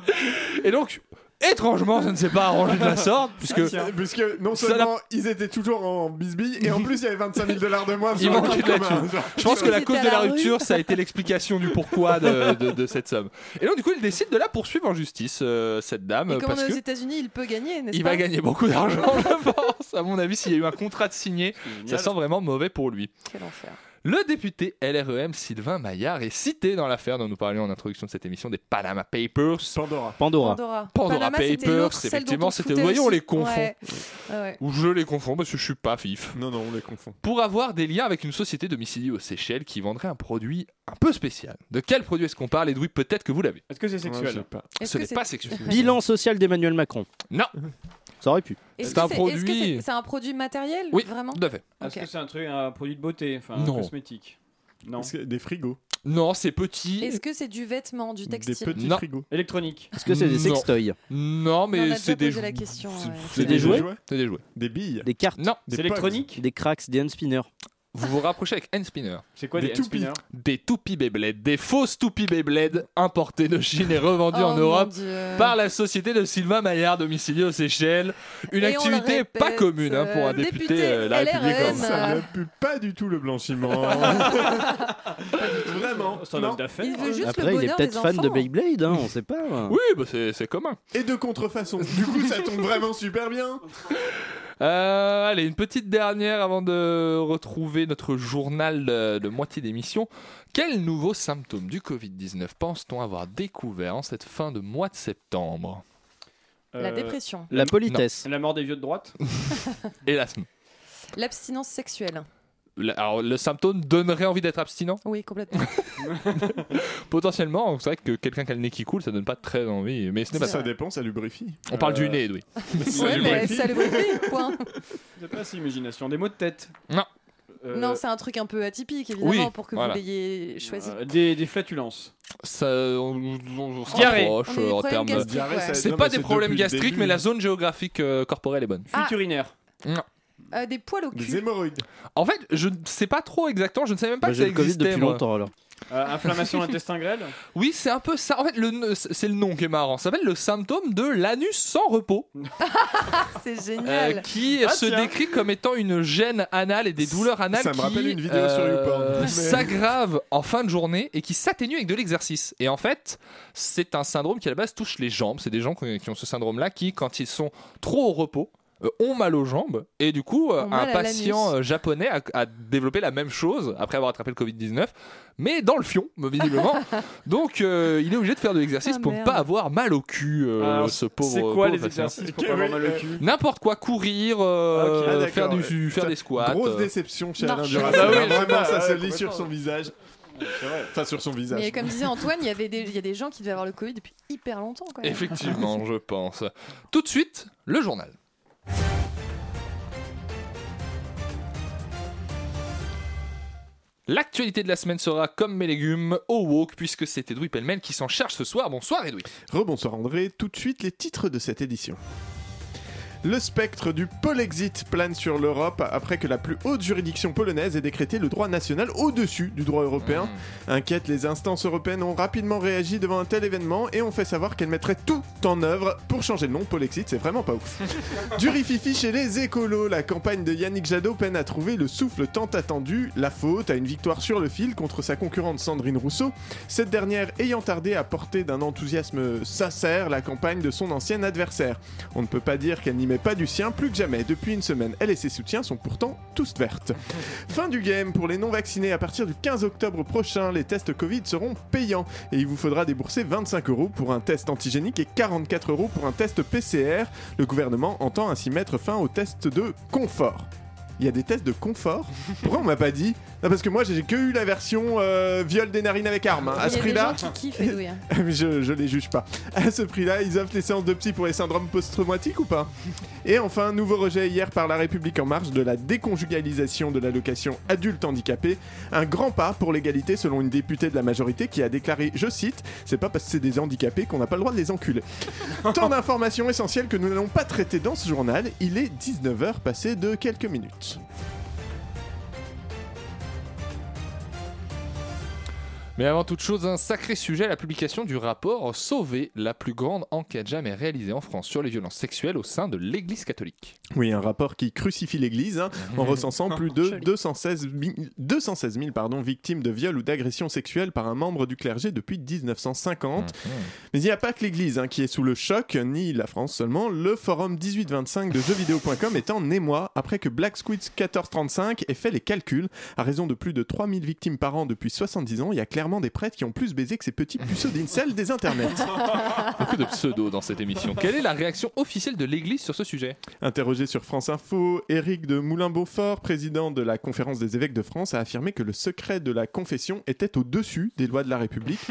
S1: Et donc étrangement ça ne s'est pas arrangé de la sorte puisque
S7: Ah, Tiens, Parce que non
S1: Ça
S7: seulement ils étaient toujours en bisbille, et en plus il y avait 25 000 dollars de moins
S1: Il
S7: sur le
S1: manquait
S7: compte
S1: de la
S7: commun.
S1: Je pense que la
S9: Ils
S1: cause de
S9: étaient à
S1: la
S9: la rue.
S1: rupture, ça a été l'explication du pourquoi de, de- de cette somme. Et donc, du coup, il décide de la poursuivre en justice, euh, cette dame,
S9: Et
S1: euh,
S9: comme on
S1: parce
S9: est aux
S1: que
S9: États-Unis, il peut gagner, n'est-ce
S1: il
S9: pas
S1: va gagner beaucoup d'argent, je pense. À mon avis, s'il y a eu un contrat de signé, ça
S8: Génial.
S1: sent vraiment mauvais pour lui.
S9: Quel enfer.
S1: Le député LREM Sylvain Maillard est cité dans l'affaire dont nous parlions en introduction de cette émission des Panama Papers.
S7: Pandora.
S6: Pandora.
S9: Pandora.
S1: Pandora
S9: Panama,
S1: Papers,
S9: c'était l'autre, celle dont
S1: effectivement,
S9: on
S1: c'était-
S9: foutait
S1: voyons, on
S9: aussi.
S1: les confond.
S9: Ouais. Ouais, ouais.
S1: Ou je les confonds parce que je suis pas fif.
S7: Non, non, on les confond.
S1: pour avoir des liens avec une société domiciliée aux Seychelles qui vendrait un produit un peu spécial. De quel produit est-ce qu'on parle, Edoui Peut-être que vous l'avez.
S8: Est-ce que c'est
S7: Ouais, je sais
S8: sexuel
S7: pas.
S9: Est-ce
S1: Ce
S9: que
S1: n'est
S9: c'est-
S1: pas sexuel.
S6: Bilan social d'Emmanuel Macron. Ça aurait pu.
S9: Est-ce
S1: C'est
S9: que
S1: un
S9: est-ce que
S1: produit-
S9: c'est- c'est un produit matériel
S1: Oui,
S9: vraiment
S1: tout à fait.
S8: Est-ce
S9: Ok.
S8: que c'est un truc, un produit de beauté, enfin un
S1: Non.
S8: cosmétique Non.
S7: Est-ce que- Des frigos.
S1: Non, c'est petit.
S9: Est-ce que c'est du vêtement, du
S7: Des
S9: textile
S7: petits
S1: Non.
S7: frigos.
S8: Électronique.
S6: Est-ce que c'est des
S1: Non.
S6: sextoys
S1: Non,
S9: On en a
S1: mais
S9: déjà
S1: c'est des
S9: posé la
S1: jou-
S9: question,
S1: c'est-
S9: ouais.
S1: C'est
S6: des
S1: des jouets.
S6: jouets
S1: C'est des jouets.
S7: Des billes.
S6: Des cartes
S1: Non,
S7: Des
S8: C'est
S7: pogs.
S8: électronique
S6: Des cracks, des hand-spinners
S1: vous vous rapprochez avec N-Spinner.
S8: C'est quoi
S7: Des
S8: des, hand
S7: toupies.
S8: spinners
S1: Des toupies Beyblade, des fausses toupies Beyblade importées de Chine et revendues
S9: Oh
S1: en
S9: mon
S1: Europe
S9: Dieu.
S1: par la société de Sylvain Maillard, domicilié aux Seychelles. Une
S9: Et on le
S1: activité
S9: répète,
S1: pas commune hein, pour un
S9: euh,
S1: député,
S9: député
S1: euh, de la
S9: LREM.
S1: République. en-
S7: Ça
S9: Euh.
S7: ne pue pas du tout le blanchiment. Vraiment.
S8: C'est un
S7: non.
S8: homme d'affaires.
S9: Il veut juste le
S6: Après,
S9: bonheur
S6: il est peut-être
S9: des
S6: fan de
S9: enfants.
S6: Beyblade, hein, on sait pas.
S1: Oui, bah c'est c'est commun.
S7: Et de contrefaçon. Du coup, ça tombe vraiment super bien.
S1: Euh, allez, une petite dernière avant de retrouver notre journal de, de moitié d'émission. Quels nouveaux symptômes du Covid-19 pense-t-on avoir découvert en cette fin de mois de septembre
S9: La
S8: Euh,
S9: dépression,
S6: La politesse.
S8: La mort des vieux de droite
S1: Hélas. Euh.
S9: l'abstinence sexuelle.
S1: le- Alors, le symptôme donnerait envie d'être abstinent
S9: Oui, complètement.
S1: Potentiellement, c'est vrai que quelqu'un qui a le nez qui coule, ça donne pas très envie. Mais ce n'est pas
S7: Bah,
S1: ça.
S7: Ça dépend, ça lubrifie.
S1: On parle
S8: Euh,
S1: du nez, oui.
S9: ouais, mais
S7: lubrifie.
S9: ça le fait, point.
S8: C'est pas si imagination. Des mots de tête
S1: Non.
S8: Euh,
S9: Non, c'est un truc un peu atypique, évidemment,
S1: oui,
S9: pour que
S1: voilà.
S9: vous l'ayez choisi.
S8: euh, des, des flatulences.
S1: Ça, on, on- on se
S8: Diarrhée.
S1: rapproche
S9: On a des
S1: euh, en
S9: problèmes
S1: termes.
S9: gastriques.
S7: Diarrhée,
S9: ouais.
S7: ça-
S1: C'est
S7: Non,
S1: pas
S7: mais
S1: des
S7: c'est
S1: problèmes
S7: depuis le
S1: gastriques,
S7: début.
S1: mais la zone géographique euh, corporelle est bonne.
S9: Ah.
S8: Futurinaire.
S9: Euh, des poils au
S7: Des
S9: cul.
S7: hémorroïdes.
S1: En fait, je ne sais pas trop exactement, je ne savais même pas
S6: Moi,
S1: que ça
S6: J'ai le Covid
S1: existait.
S6: depuis
S1: moi.
S6: longtemps alors.
S8: Euh, inflammation intestin grêle.
S1: Oui, c'est un peu ça. En fait, le, c'est le nom qui est marrant. Ça s'appelle le symptôme de l'anus sans repos,
S9: C'est
S1: euh,
S9: génial.
S1: qui
S8: Ah,
S1: se
S8: tiens.
S1: décrit comme étant une gêne anale et des douleurs anales
S7: Ça me
S1: qui euh,
S7: rappelle une vidéo sur YouPorn. Mais-
S1: s'aggravent en fin de journée et qui s'atténuent avec de l'exercice. Et en fait, c'est un syndrome qui à la base touche les jambes. C'est des gens qui qui ont ce syndrome-là qui, quand ils sont trop au repos, euh, ont mal aux jambes et du coup euh, un
S9: Ont mal à
S1: patient
S9: l'anus.
S1: euh, japonais a, a développé la même chose après avoir attrapé le Covid-19 mais dans le fion visiblement donc euh, il est obligé de faire de l'exercice
S9: Ah,
S1: pour ne
S9: merde.
S1: pas avoir mal au cul euh,
S8: Alors,
S1: ce pauvre
S8: c'est quoi
S1: pauvre
S8: les
S1: patient.
S8: exercices pour
S7: Ok,
S8: pas avoir
S7: oui,
S8: mal
S7: euh,
S8: au cul
S1: n'importe quoi courir euh,
S7: Ah, d'accord.
S1: faire, du, faire
S7: Putain,
S1: des squats
S7: Grosse
S1: euh.
S7: déception chez
S9: Non.
S7: Alain
S8: Bah
S7: Duracell.
S8: oui, je sais
S7: Vraiment,
S8: pas,
S7: ça se
S8: ouais,
S7: lit sur son visage.
S8: C'est vrai.
S7: Enfin, sur son visage.
S9: Mais comme disait Antoine, il y avait des, il y a des gens qui devaient avoir le Covid depuis hyper longtemps. Quand même.
S1: Effectivement, je pense. Tout de suite, le journal. L'actualité de la semaine sera comme mes légumes au wok puisque c'est Edoui Pellemel qui s'en charge ce soir. Bonsoir Edoui.
S7: Rebonsoir André, tout de suite les titres de cette édition. Le spectre du Polexit plane sur l'Europe après que la plus haute juridiction polonaise ait décrété le droit national au-dessus du droit
S1: Hmm.
S7: européen. Inquiète, les instances européennes ont rapidement réagi devant un tel événement et ont fait savoir qu'elles mettraient tout en œuvre pour changer le nom. Polexit, c'est vraiment pas ouf. du rififi chez les écolos, la campagne de Yannick Jadot peine à trouver le souffle tant attendu, la faute à une victoire sur le fil contre sa concurrente Sandrine Rousseau, cette dernière ayant tardé à porter d'un enthousiasme sincère la campagne de son ancien adversaire. On ne peut pas dire qu'elle n'y met pas du sien plus que jamais. Depuis une semaine, elle et ses soutiens sont pourtant tous vertes. Fin du game pour les non-vaccinés. À partir du 15 octobre prochain, les tests Covid seront payants et il vous faudra débourser 25 euros pour un test antigénique et 44 euros pour un test PCR. Le gouvernement entend ainsi mettre fin aux tests de confort. Il y a des tests de confort Pourquoi on m'a pas dit Non, parce que moi j'ai que eu la version euh, viol des narines avec arme. hein.
S9: Il
S7: À
S9: y a
S7: ce
S9: des
S7: prix-là,
S9: gens qui kiffent Edoui, hein.
S7: mais je, je les juge pas. À ce prix-là, ils offrent les séances de psy pour les syndromes post-traumatiques ou pas Et enfin, nouveau rejet hier par La République En Marche de la déconjugalisation de l'allocation adulte handicapé. Un grand pas pour l'égalité selon une députée de la majorité qui a déclaré, je cite, c'est pas parce que c'est des handicapés qu'on n'a pas le droit de les enculer. Tant d'informations essentielles que nous n'allons pas traiter dans ce journal. Il est 19h passé de quelques minutes.
S1: Mais avant toute chose, un sacré sujet, la publication du rapport Sauver, la plus grande enquête jamais réalisée en France sur les violences sexuelles au sein de l'Église catholique. Hmm.
S7: Oui, un rapport qui crucifie l'Église hein, en recensant plus de 216 000, 216 000, pardon, victimes de viol ou d'agression sexuelle par un membre du clergé depuis
S1: Mhm.
S7: 1950.
S1: Hmm.
S7: Mais il n'y a pas que l'Église hein, qui est sous le choc, ni la France seulement. Le forum 1825 de jeuxvideo.com est en émoi après que Black Squid 1435 ait fait les calculs. À raison de plus de 3000 victimes par an depuis 70 ans, il y a clairement clairement des prêtres qui ont plus baisé que ces petits puceaux d'incel des internets.
S1: Beaucoup de pseudos dans cette émission. Quelle est la réaction officielle de l'Église sur ce sujet
S7: Interrogé sur France Info, Éric de Moulin-Beaufort, président de la Conférence des évêques de France, a affirmé que le secret de la confession était au-dessus des lois de la République,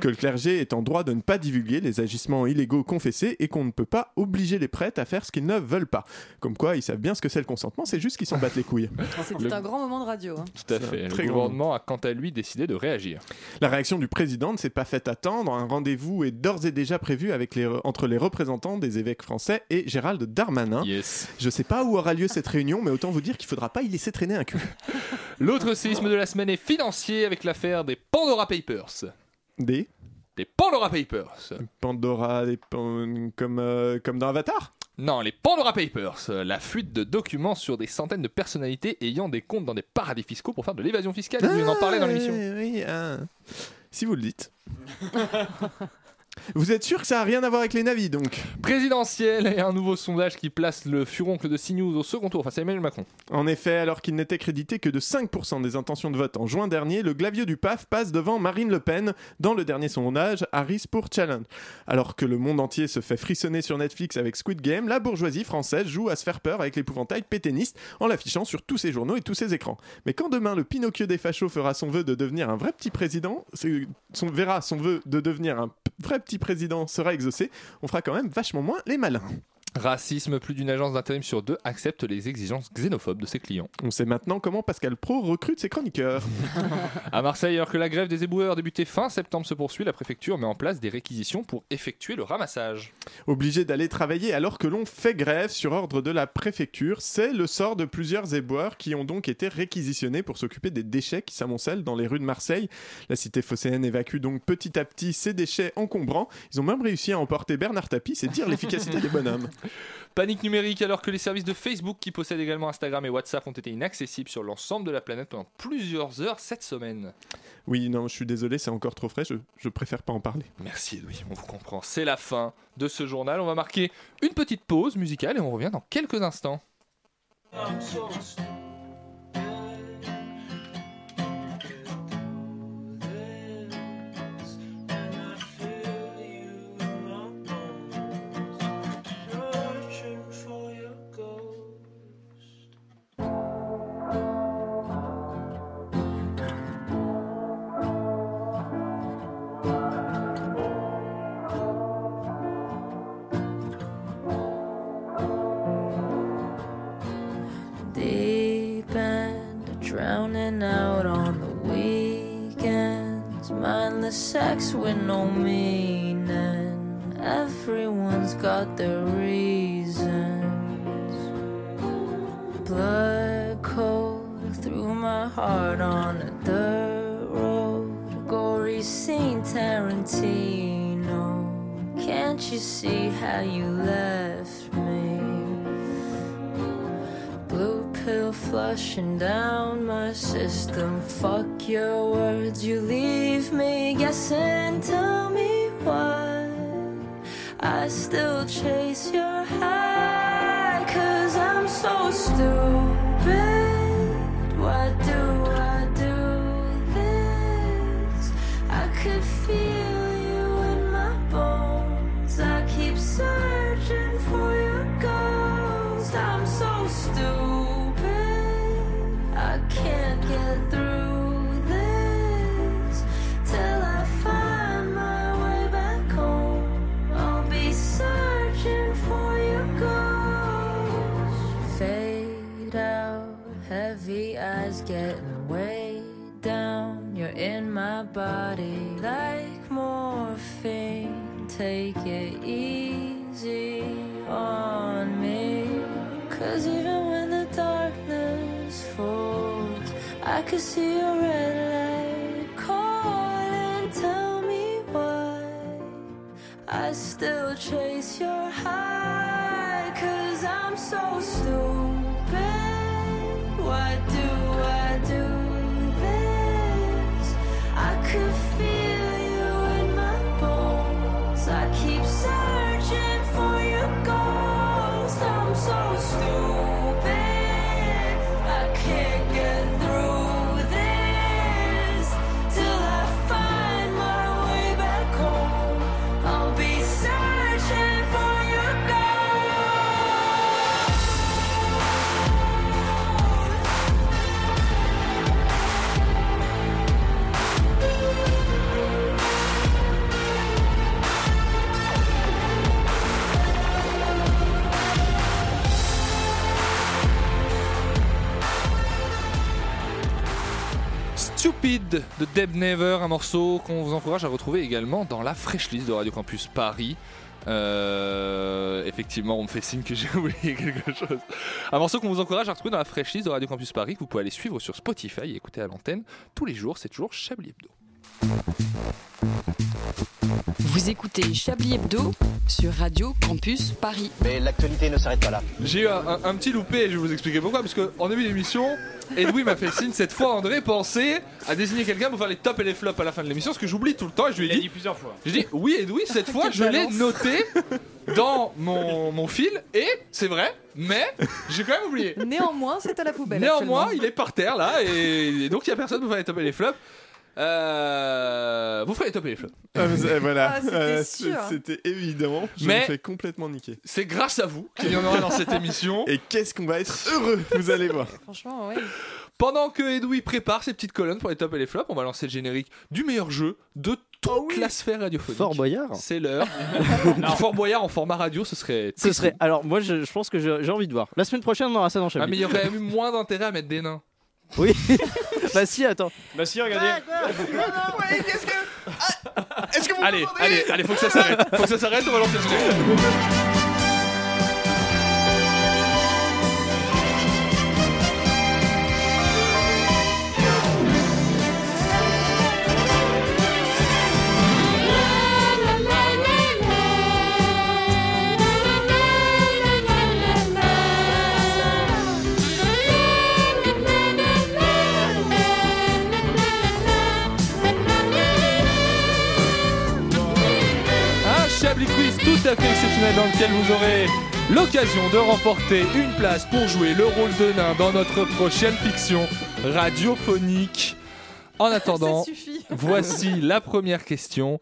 S7: que le clergé est en droit de ne pas divulguer les agissements illégaux confessés et qu'on ne peut pas obliger les prêtres à faire ce qu'ils ne veulent pas. Comme quoi, ils savent bien ce que c'est le consentement, c'est juste qu'ils s'en battent les couilles.
S9: C'était un grand moment de radio. hein.
S1: Tout à
S7: C'est un
S1: fait.
S7: très
S1: le
S7: grand
S1: gouvernement a quant à lui décidé de réagir.
S7: La réaction du président ne s'est pas faite attendre. Un rendez-vous est d'ores et déjà prévu avec les, entre les représentants des évêques français et Gérald Darmanin.
S1: Yes.
S7: Je sais pas où aura lieu cette réunion, mais autant vous dire qu'il faudra pas y laisser traîner un cul.
S1: L'autre séisme de la semaine est financier avec l'affaire des Pandora Papers.
S7: Des
S1: Des Pandora Papers.
S7: Pandora, des pan- comme, euh, comme dans Avatar
S1: Non, les Pandora Papers, euh, la fuite de documents sur des centaines de personnalités ayant des comptes dans des paradis fiscaux pour faire de l'évasion fiscale. Oui, on en parlait dans l'émission.
S7: Ah, oui, ah. Si vous le dites. vous êtes sûr que ça a rien à voir avec les navis, donc
S1: Présidentielle et un nouveau sondage qui place le furoncle de CNews au second tour face à Emmanuel Macron.
S7: En effet, alors qu'il n'était crédité que de 5% des intentions de vote en juin dernier, le glavieux du PAF passe devant Marine Le Pen dans le dernier sondage Harris pour Challenge. Alors que le monde entier se fait frissonner sur Netflix avec Squid Game, la bourgeoisie française joue à se faire peur avec l'épouvantail pétainiste en l'affichant sur tous ses journaux et tous ses écrans. Mais quand demain le Pinocchio des fachos fera son vœu de devenir un vrai petit président, c'est- son, verra son vœu de devenir un p- vrai petit président sera exaucé, on fera quand même vachement moins les malins.
S1: Racisme, plus d'une agence d'intérim sur deux accepte les exigences xénophobes de ses clients.
S7: On sait maintenant comment Pascal Pro recrute ses chroniqueurs.
S1: À Marseille, alors que la grève des éboueurs débutée fin septembre se poursuit, la préfecture met en place des réquisitions pour effectuer le ramassage.
S7: Obligés d'aller travailler alors que l'on fait grève sur ordre de la préfecture, c'est le sort de plusieurs éboueurs qui ont donc été réquisitionnés pour s'occuper des déchets qui s'amoncellent dans les rues de Marseille. La cité phocéenne évacue donc petit à petit ces déchets encombrants. Ils ont même réussi à emporter Bernard Tapie, c'est dire l'efficacité des bonhommes.
S1: Panique numérique alors que les services de Facebook qui possèdent également Instagram et WhatsApp ont été inaccessibles sur l'ensemble de la planète pendant plusieurs heures cette semaine.
S7: Oui, non, je suis désolé, c'est encore trop frais, je, je préfère pas en parler.
S1: Merci Edoui, on vous comprend. C'est la fin de ce journal. On va marquer une petite pause musicale et on revient dans quelques instants.
S12: deep end, drowning out on the weekends. Mindless sex with no meaning. Everyone's got their reasons. Blood cold through my heart on a dirt road. Gory scene, Tarantino. Can't you see how you left me? Blue pill flushing down my system. Fuck your words, you leave me guessing. Tell me why I still chase your high. Cause I'm so stupid. Why do I do this? I could feel you in my bones. I keep searching for your ghost. I'm so stupid. I can't get through this till I find my way back home. I'll be searching for your ghost. Fade out, heavy eyes getting way down. You're in my body like morphine. Take it easy on me. Cause even when the darkness falls, I could see your red light calling. Tell me why I still chase your high. Cause I'm so stupid. Why do I do this? I could feel you in my bones. I keep searching for your ghost. I'm so stupid. I can't get through this till I find.
S1: Stupid de Deb Never, un morceau qu'on vous encourage à retrouver également dans la fraîche liste de Radio Campus Paris. Euh, effectivement, on me fait signe que j'ai oublié quelque chose. Un morceau qu'on vous encourage à retrouver dans la fraîche liste de Radio Campus Paris, que vous pouvez aller suivre sur Spotify et écouter à l'antenne tous les jours. C'est toujours Chablis Hebdo.
S10: Vous écoutez Chablis Hebdo sur Radio Campus Paris.
S4: Mais l'actualité ne s'arrête pas là.
S1: J'ai eu un, un- un petit loupé, et je vais vous expliquer pourquoi. Parce qu'en début d'émission, Edoui m'a fait signe cette fois, André pensait à désigner quelqu'un pour faire les tops et les flops à la fin de l'émission, ce que j'oublie tout le temps. Et je lui ai dit,
S8: plusieurs fois.
S1: Je dis oui Edoui, cette fois je l'ai noté dans mon, mon fil et c'est vrai, mais j'ai quand même oublié.
S9: Néanmoins, c'est à la poubelle.
S1: Néanmoins,
S9: actuellement.
S1: il est par terre là et, et donc il n'y a personne pour faire les tops et les flops. Euh, vous ferez les tops et les flops.
S7: Ah, vous- eh, voilà,
S1: Ah, c'était
S7: Euh,
S1: sûr.
S7: c'est- c'était évident. Je
S1: Mais-
S7: me fais complètement niquer.
S1: C'est grâce à vous qu'il y en aura dans cette émission.
S7: Et qu'est-ce qu'on va être heureux, vous allez voir.
S9: Franchement, ouais.
S1: Pendant que Edoui prépare ses petites colonnes pour les tops et les flops, on va lancer le générique du meilleur jeu de toute la sphère radiophonique. Fort
S6: Boyard
S1: C'est l'heure. Fort Boyard en format radio, ce serait.
S6: Ce serait. Alors, moi, je, je pense que je- j'ai envie de voir. La semaine prochaine, on aura ça dans Chablis.
S1: Ah, mais il y aurait eu moins d'intérêt à mettre des nains.
S6: Oui. bah, si, attends.
S8: Bah si, regardez.
S7: Est-ce que vous
S1: Allez, allez, allez, faut que ça s'arrête. Faut que ça s'arrête, on va lancer le générique. Un Chablis Quiz tout à fait exceptionnel dans lequel vous aurez l'occasion de remporter une place pour jouer le rôle de nain dans notre prochaine fiction radiophonique. En attendant,
S9: suffit.
S1: voici la première question.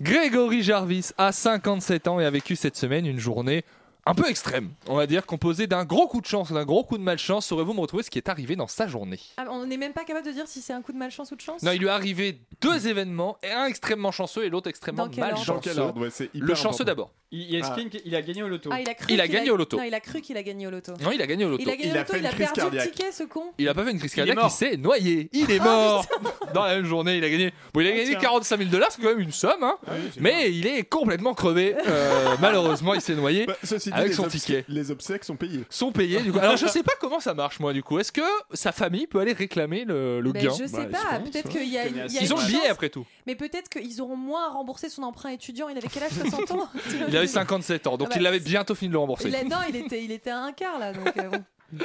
S1: Grégory Jarvis a 57 ans et a vécu cette semaine une journée un peu extrême. On va dire composée d'un gros coup de chance, d'un gros coup de malchance. Saurez-vous me retrouver ce qui est arrivé dans sa journée
S9: Ah, on n'est même pas capable de dire si c'est un coup de malchance ou de chance.
S1: non, il lui est arrivé deux événements, et un extrêmement chanceux et l'autre extrêmement
S9: Dans quel ordre
S1: malchanceux.
S9: Dans quel
S7: ordre Ouais, c'est hyper
S1: le chanceux
S7: important.
S1: d'abord.
S8: Il, il- est-ce qu'il y a une- il a gagné au loto.
S9: Ah, il a cru.
S1: Il a
S9: qu'il
S1: gagné au loto.
S9: Non, il a cru qu'il a gagné au loto.
S1: Non, il a gagné au loto.
S9: Il a gagné
S1: Il
S9: au
S1: a
S9: loto,
S1: fait
S9: il
S1: une
S9: a
S1: crise
S9: perdu le
S1: cardiaque.
S9: ticket, ce con.
S1: Il a pas fait une crise
S9: Il est
S1: cardiaque, il
S9: mort.
S1: s'est noyé. Il est
S9: Ah,
S1: mort dans la même journée. Il a gagné. Bon, il a gagné
S9: tiens.
S1: 45 000 dollars, c'est quand même une somme, hein.
S8: Ah
S1: mais il est complètement crevé. Euh, malheureusement, il s'est noyé
S7: Bah, Ceci dit,
S1: avec
S7: les
S1: son
S7: obsè-
S1: ticket.
S7: Les obsèques sont payées.
S1: Sont payés du coup. Alors je sais pas comment ça marche moi du coup. Est-ce que sa famille peut aller réclamer le, le
S9: Ben,
S1: gain
S9: je sais pas, peut-être qu'il y a, il y a
S1: Ils ont
S9: une
S1: le billet
S9: chance,
S1: après tout.
S9: Mais peut-être qu'ils auront moins à rembourser son emprunt étudiant. Il avait quel âge 60 ans
S1: Il avait 57 ans, donc
S9: Ah bah,
S1: il avait bientôt fini de le rembourser.
S9: Il a- non, il était, il était à un quart là. Donc, euh, bon.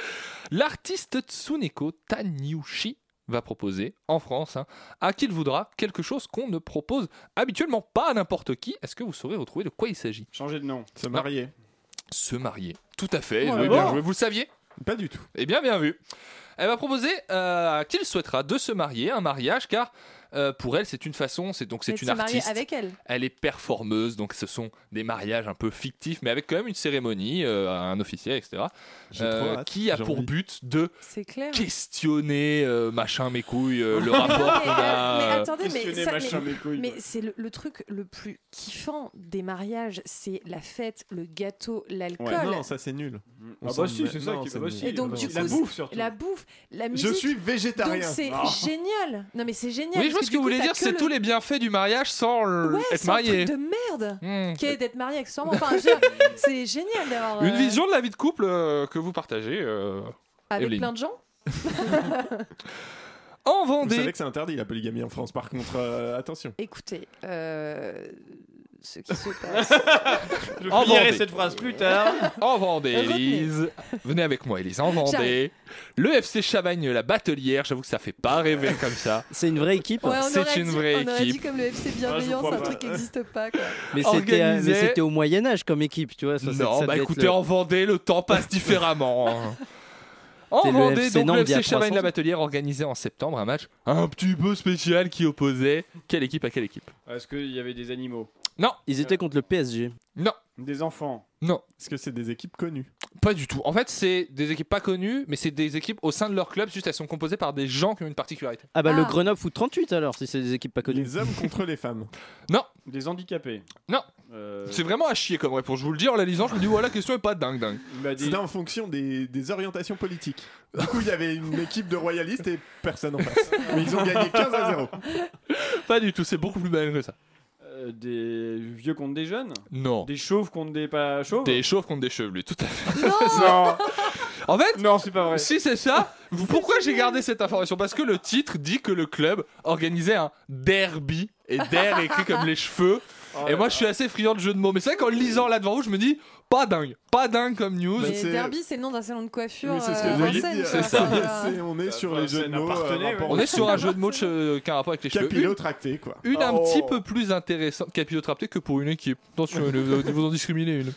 S1: L'artiste Tsuneko Taniushi va proposer en France hein, à qui il voudra quelque chose qu'on ne propose habituellement pas à n'importe qui. Est-ce que vous saurez retrouver de quoi il s'agit
S8: Changer de nom.
S7: Se marier.
S1: Se marier. Tout à fait.
S7: Ouais,
S1: Oui, bien
S7: bon.
S1: joué. Vous le saviez
S7: Ah. Pas du tout.
S1: Eh bien, bien vu. Elle va proposer euh, à qui il souhaitera de se marier, un mariage, car euh, pour elle, c'est une façon, c'est donc
S9: Mais de
S1: c'est une
S9: se marier
S1: artiste.
S9: avec elle.
S1: Elle est performeuse, donc ce sont des mariages un peu fictifs, mais avec quand même une cérémonie, euh, un officier, etc.
S7: J'ai trop hâte,
S1: Euh, qui a
S7: j'ai
S1: pour
S7: envie.
S1: but de
S9: C'est clair.
S1: questionner euh, machin mes couilles, euh, le
S9: Non,
S1: rapport
S9: mais,
S1: qu'on a.
S9: euh, mais
S1: euh,
S9: attendez, mais,
S8: questionner
S9: ça-
S8: machin,
S9: mais-
S8: mes couilles,
S9: mais
S8: ouais.
S9: c'est le, le truc le plus kiffant des mariages, c'est la fête, le gâteau, l'alcool.
S7: Ouais, non, ça c'est nul. On
S1: Mm.
S8: bah
S7: s'en
S8: si,
S7: met-
S8: c'est ça
S7: non,
S8: qui-
S7: c'est
S8: bah
S7: nul.
S8: si.
S9: Et donc,
S8: Non,
S9: du
S8: la
S9: coup,
S8: bouffe, surtout.
S9: la bouffe, la
S7: Je
S9: musique.
S7: suis végétarien.
S9: Donc c'est
S7: Oh.
S9: génial. Non mais c'est génial.
S1: Ah. Oui, je vois
S9: parce
S1: ce que
S9: du
S1: vous
S9: coup,
S1: voulez
S9: t'as
S1: dire,
S9: que
S1: c'est
S9: le-
S1: tous les bienfaits du mariage sans le-
S9: Ouais,
S1: être
S9: c'est un
S1: marié.
S9: truc de merde.
S1: Hmm.
S9: Qu'est d'être marié accessoirement. Enfin, je veux dire, c'est génial d'avoir.
S1: Une
S9: euh,
S1: vision de la vie de couple euh, que vous partagez. euh,
S9: avec
S1: Evelyne.
S9: plein de gens.
S1: En
S7: Vous
S1: Vendée,
S7: savez que c'est interdit la polygamie en France, par contre, euh, attention.
S9: Écoutez, euh, ce qui se passe.
S8: Je
S1: En
S8: finirai
S1: Vendée.
S8: cette phrase plus tard.
S1: en Vendée,
S9: Retenez.
S1: Élise. Venez avec moi, Élise. En Vendée,
S9: J'arrive.
S1: le FC Chavagne, la batelière, j'avoue que ça fait pas rêver comme ça.
S6: C'est une vraie équipe.
S9: Ouais, on
S1: C'est
S9: aurait
S1: une
S9: dit-
S1: vraie
S9: On aurait dit
S1: équipe.
S9: comme le
S7: Ah,
S9: FC bienveillant,
S8: crois
S9: c'est un
S8: pas.
S9: truc qui n'existe pas. Quoi.
S6: Mais c'était euh, mais
S1: Organisé.
S6: c'était au Moyen-Âge comme équipe, tu vois. Ça, ça- ça
S1: non, bah
S6: devait être
S1: écoutez,
S6: le-
S1: en Vendée, le temps passe différemment. hein. En
S6: C'était le
S1: Vendée,
S6: FC
S1: donc
S6: Nantes
S1: le
S6: d'il y a
S1: FC Chavagne,
S6: 300.
S1: la batelière, organisait en septembre un match un petit peu spécial qui opposait quelle équipe à quelle équipe
S8: Est-ce qu'il y avait des animaux
S1: Non,
S6: Ils étaient contre le PSG.
S1: non,
S8: Des enfants
S1: non.
S7: Est-ce que c'est des équipes connues
S1: Pas du tout. En fait, c'est des équipes pas connues, mais c'est des équipes au sein de leur club, juste elles sont composées par des gens qui ont une particularité.
S6: Ah bah le
S9: Ah.
S6: Grenoble foot 38 alors si c'est des équipes pas connues.
S7: Les hommes contre les femmes.
S1: Non,
S8: Des handicapés
S1: non,
S8: Euh,
S1: C'est vraiment à chier comme réponse. Je vous le dis en la lisant, je me dis, ouais, la question est pas dingue, dingue.
S7: C'était en fonction des, des orientations politiques. Du coup, il y avait une équipe de royalistes et personne en face. Mais ils ont gagné 15 à 0.
S1: Pas du tout, c'est beaucoup plus mal que ça.
S8: euh, des vieux contre des jeunes
S1: Non.
S8: Des chauves contre des pas chauves
S1: Des chauves contre des chevelus, tout à fait.
S8: Non
S1: En fait
S8: Non, c'est pas vrai.
S1: Si c'est ça, vous- pourquoi j'ai gardé cette information Parce que le titre dit que le club organisait un derby et der est écrit comme les cheveux. et moi, je suis assez friand de jeux de mots. Mais c'est vrai qu'en le lisant là devant vous, je me dis pas dingue, pas dingue comme news.
S9: Mais Derby, c'est le nom d'un salon de coiffure.
S7: Oui, c'est ce que
S9: euh,
S7: j'allais
S9: Vincennes,
S7: dire.
S9: quoi.
S1: C'est ça.
S9: Enfin, euh,
S7: C'est- on est sur
S1: Enfin,
S7: les jeux
S1: c'est
S7: de mots.
S1: n'importe
S7: euh, rapport
S1: On
S7: au-
S1: est sur un jeu de mots euh, qui a un rapport avec les cheveux. Une-
S7: Capillotracté, quoi.
S1: Une un
S7: Oh.
S1: petit peu plus intéressante, capillotraptée que pour une équipe. Attention, une- vous, vous en discriminez une.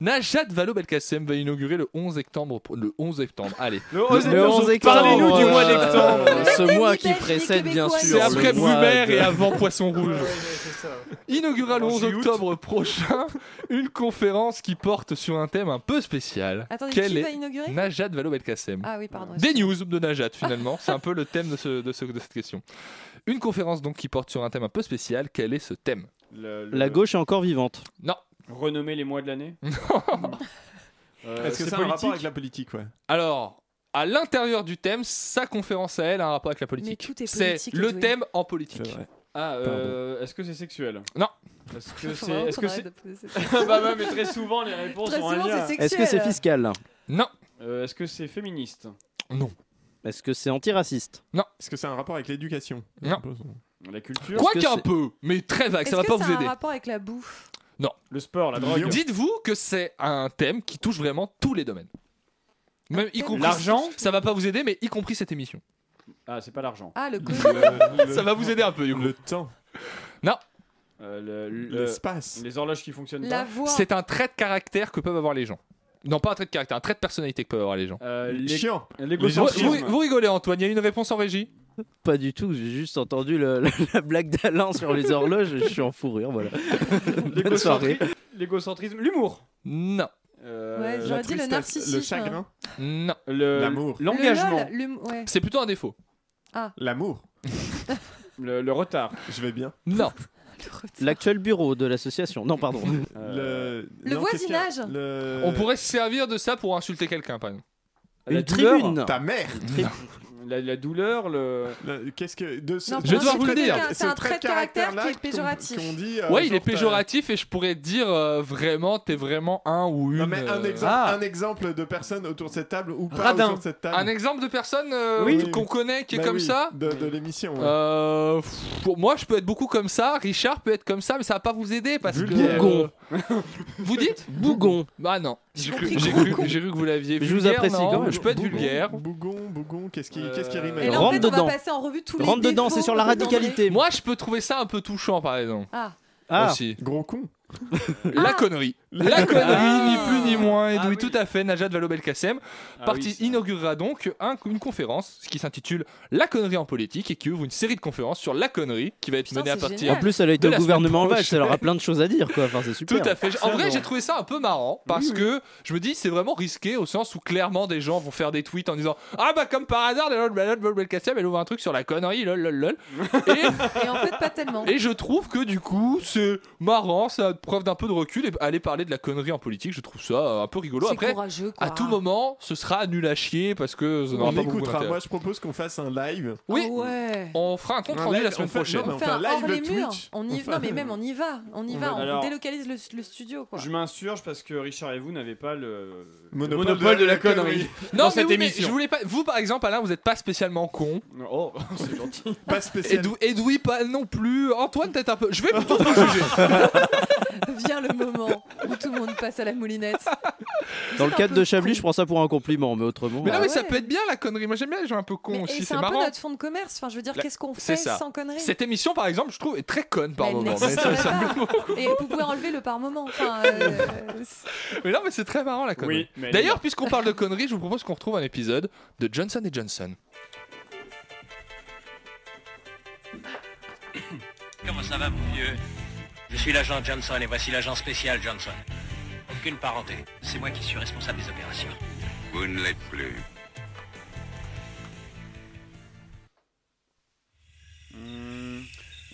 S1: Najat Vallaud-Belkacem va inaugurer le 11 septembre. pro- Le 11 septembre, allez.
S8: Le 11 septembre. Parlez-nous du mois
S1: euh,
S8: d'octobre.
S6: Oh, euh, Ce mois qui
S1: Belges, les
S6: précède, bien
S1: Québécois.
S6: sûr.
S1: C'est après
S6: le mois
S1: Bluebert
S6: de-
S1: et avant Poisson Rouge. Inaugurera le 11 octobre prochain une conférence qui porte sur un thème un peu spécial.
S9: Attendez,
S1: Quel
S9: qui
S1: est
S9: va inaugurer
S1: Najat Vallaud-Belkacem.
S9: Ah oui, pardon.
S1: Des news de Najat finalement, c'est un peu le thème de, ce- de ce- de cette question. Une conférence donc qui porte sur un thème un peu spécial, quel est ce thème
S8: Le- le-
S6: La gauche est encore vivante.
S1: Non.
S8: Renommer les mois de l'année Euh,
S7: Est-ce que
S8: c'est
S7: ça a un rapport
S8: politique
S7: avec la politique ouais.
S1: Alors, à l'intérieur du thème, sa conférence à elle a un rapport avec la politique.
S8: tout est
S1: C'est
S8: politique,
S1: le
S8: Edwin.
S1: thème en politique.
S8: Ah, euh, est-ce que c'est sexuel
S1: Non.
S8: Est-ce que
S1: Faut
S8: c'est.
S1: vraiment
S8: Est-ce
S1: qu'on
S8: que
S1: arrête
S8: c'est.
S1: de
S9: poser
S8: bah, ouais, mais très souvent, les réponses
S9: Très
S8: ont un
S9: souvent,
S8: lien.
S9: c'est
S6: Est-ce que c'est fiscal
S1: Non.
S8: Euh, Est-ce que c'est féministe
S1: Non.
S6: Est-ce que c'est antiraciste
S1: Non.
S7: Est-ce que c'est un rapport avec l'éducation
S1: Non.
S8: La culture
S1: Quoi
S8: Est-ce que
S1: qu'un
S8: c'est-
S1: peu, mais très vague,
S9: Est-ce
S1: ça va
S9: que
S1: pas vous
S9: a
S1: aider.
S9: un rapport avec la bouffe
S1: Non.
S8: Le sport, la drogue.
S1: Dites-vous que c'est un thème qui touche vraiment tous les domaines. Même y
S8: thème
S1: compris
S8: L'argent
S1: Ça va pas vous aider, mais y compris cette émission.
S8: Ah, c'est pas l'argent.
S9: Ah, le
S1: ça va vous aider un peu,
S7: Le temps.
S1: Non.
S8: Euh, le- le-
S7: L'espace.
S8: Les horloges qui fonctionnent pas.
S1: C'est un trait de caractère que peuvent avoir les gens. Non, pas un trait de caractère, un trait de personnalité que peuvent avoir les gens.
S8: Euh, l'é-
S7: Chiant.
S1: Vous,
S8: L'égocentrisme.
S1: vous- vous rigolez, Antoine, il y a une réponse en régie
S6: Pas du tout, j'ai juste entendu le- la, la blague d'Alain sur les horloges et je suis en fou rire, voilà. Bonne soirée.
S8: L'égocentri- L'égocentrisme. L'humour. Euh,
S1: Non. euh,
S9: Ouais, j'aurais dit le narcissisme.
S1: Non.
S7: L'amour.
S8: L'engagement.
S9: Le lol, l'hum- ouais.
S1: C'est plutôt un défaut.
S7: L'amour.
S8: Le, le retard.
S7: Je vais bien.
S1: Non.
S6: L'actuel bureau de l'association. Non, pardon.
S8: Euh,
S7: Le,
S9: Le
S7: Non, qu'est-ce qu'il y a
S9: voisinage.
S7: Le-
S1: Euh, On pourrait se servir de ça pour insulter quelqu'un, par exemple.
S8: La
S6: Une
S8: douleur.
S6: tribune.
S7: Ta mère.
S8: La, la douleur, le.
S7: Le- Qu'est-ce que de ce,
S9: Non,
S1: Je vais devoir vous le dire.
S9: C'est un trait de caractère qui
S7: caractère-là
S9: est péjoratif.
S7: qu'on dit, euh,
S1: ouais, il
S7: genre,
S1: est péjoratif et je pourrais dire euh, vraiment, t'es vraiment un ou une.
S7: Non, mais un
S1: euh,
S7: exemple,
S8: ah.
S7: un exemple de personne autour de cette table ou pas
S8: Radin.
S7: autour de cette table.
S1: Un exemple de personne euh,
S7: Oui.
S1: qu'on connaît qui est
S7: Bah
S1: comme
S7: oui,
S1: ça
S7: de, de l'émission. ouais.
S1: Euh, pff, pour moi, je peux être beaucoup comme ça. Richard peut être comme ça, mais ça va pas vous aider parce
S7: Vulgaire.
S1: que. euh,
S6: Bougon.
S1: Vous dites
S6: Bougon.
S1: Bah non. J'ai cru,
S9: compris
S1: j'ai cru- j'ai cru que vous l'aviez.
S6: Mais je vous
S1: Vulgaire,
S6: apprécie
S1: non,
S6: quand même.
S1: Je peux être
S7: Bougon,
S1: vulgaire.
S7: Bougon, bougon, qu'est-ce qui,
S8: Euh,
S7: qu'est-ce qui rime
S9: Et là,
S7: avec-
S9: en
S6: Rentre
S9: fait, on
S6: dedans.
S9: va passer en revue tous les
S6: Rentre dedans,
S9: défauts
S6: c'est sur la
S9: de André.
S6: radicalité.
S1: Moi, je peux trouver ça un peu touchant, par exemple.
S9: Ah,
S6: Ah,
S1: Aussi.
S7: Gros con.
S1: La connerie. La connerie,
S8: Ah.
S1: ni plus ni moins. Et
S8: Ah
S1: oui,
S8: oui.
S1: tout à fait. Najat Vallaud-Belkacem
S8: Ah
S1: parti-
S8: oui, c'est-
S1: inaugurera donc un- une conférence qui s'intitule La connerie en politique et qui ouvre une série de conférences sur la connerie qui va être
S9: Putain,
S1: menée à
S9: c'est
S1: partir
S6: en
S9: génial.
S6: plus, elle a été
S1: De
S6: au
S1: la
S6: gouvernement
S1: semaine
S6: vache, elle aura plein de choses à dire, quoi. Enfin, c'est
S1: Tout
S6: super.
S1: à fait. En vrai,
S8: bon.
S1: j'ai trouvé ça un peu marrant parce que je me dis, c'est vraiment risqué au sens où clairement des gens vont faire des tweets en disant Ah bah, comme par hasard, la lol, la lol, Belkacem, elle ouvre un truc sur la connerie, lol, lol, lol. Et,
S9: Et en fait, pas tellement.
S1: et je trouve que du coup, c'est marrant, ça preuve d'un peu de recul et aller parler de la connerie en politique, je trouve ça euh, un peu rigolo.
S9: C'est Ah.
S1: Après,
S9: courageux, quoi.
S1: à tout moment, ce sera nul à chier parce que ça n'aura
S7: On
S1: pas beaucoup
S7: écoutera.
S1: d'intérêt.
S7: Moi, je propose qu'on fasse un live.
S9: Ah
S1: Oui,
S9: ouais.
S1: on fera un compte rendu
S7: live,
S1: la
S7: on
S1: semaine
S7: fait- non,
S1: prochaine.
S7: mais
S9: On
S7: on
S9: fait
S7: fait
S9: un
S7: un
S9: hors
S7: live
S9: les murs.
S7: Twitch.
S9: On y
S7: On fait-
S9: Non, mais même on y va. On y
S8: On
S9: va.
S8: va-
S9: On
S8: Alors-
S9: délocalise le, le studio, quoi.
S8: Je m'insure parce que Richard et vous n'avez pas le le
S7: Monopole
S8: monopole
S7: de-
S8: de, la connerie.
S1: Non,
S8: dans
S1: mais
S8: cette
S1: oui, mais
S8: émission.
S1: je voulais pas. Vous, par exemple, Alain, vous n'êtes pas spécialement con.
S8: Oh, c'est gentil.
S7: Pas spécial.
S1: Edou- Edoui, pas non plus. Antoine, peut-être un peu. Je vais plutôt vous juger.
S9: Vient le moment où tout le monde passe à la moulinette.
S6: Dans le
S9: C'est un
S6: cadre
S9: peu
S6: de Chablis,
S9: con.
S6: je prends ça pour un compliment, mais autrement. euh,
S1: Mais non,
S9: Ah
S1: mais ça
S9: ouais.
S1: peut être bien la connerie. Moi j'aime bien les gens un peu
S9: Mais-
S1: cons
S9: et
S1: aussi.
S9: c'est
S1: C'est
S9: un peu
S1: marrant.
S9: notre fond de commerce. Enfin, je veux dire,
S1: La-
S9: qu'est-ce qu'on
S1: c'est
S9: fait
S1: ça.
S9: sans conneries
S1: Cette émission, par exemple, je trouve est très conne par
S9: Mais
S1: moment.
S9: n'existe
S1: Mais, ça-
S9: pas.
S1: ça-
S9: Et vous pouvez enlever le par moment. Enfin, euh, c'est-
S1: mais non, mais c'est très marrant la connerie.
S8: Oui, mais elle est
S1: D'ailleurs, puisqu'on parle de conneries, je vous propose qu'on retrouve un épisode de Johnson et Johnson.
S3: Comment ça va, mon vieux Je suis l'agent Johnson et voici l'agent spécial Johnson. Aucune parenté. C'est moi qui suis responsable des opérations.
S2: Vous ne l'êtes plus.
S8: Hmm,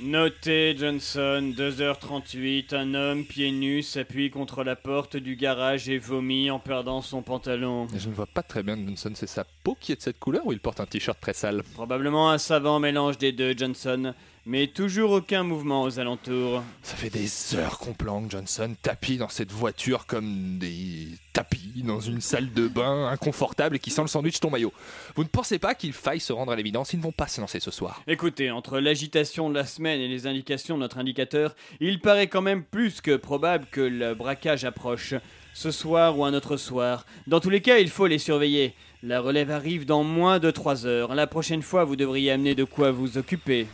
S11: Notez, Johnson, 2h38, un homme pieds nus s'appuie contre la porte du garage et vomit en perdant son pantalon.
S1: Je ne vois pas très bien Johnson, c'est sa peau qui est de cette couleur ou il porte un t-shirt très sale
S11: Probablement un savant mélange des deux, Johnson, mais toujours aucun mouvement aux alentours.
S1: Ça fait des heures qu'on planque Johnson tapis dans cette voiture comme des tapis dans une salle de bain inconfortable et qui sent le sandwich ton maillot. Vous ne pensez pas qu'il faille se rendre à l'évidence, ils ne vont pas se lancer ce soir.
S11: Écoutez, entre l'agitation de la semaine et les indications de notre indicateur, il paraît quand même plus que probable que le braquage approche. Ce soir ou un autre soir. Dans tous les cas, il faut les surveiller. La relève arrive dans moins de 3 heures. La prochaine fois, vous devriez amener de quoi vous occuper.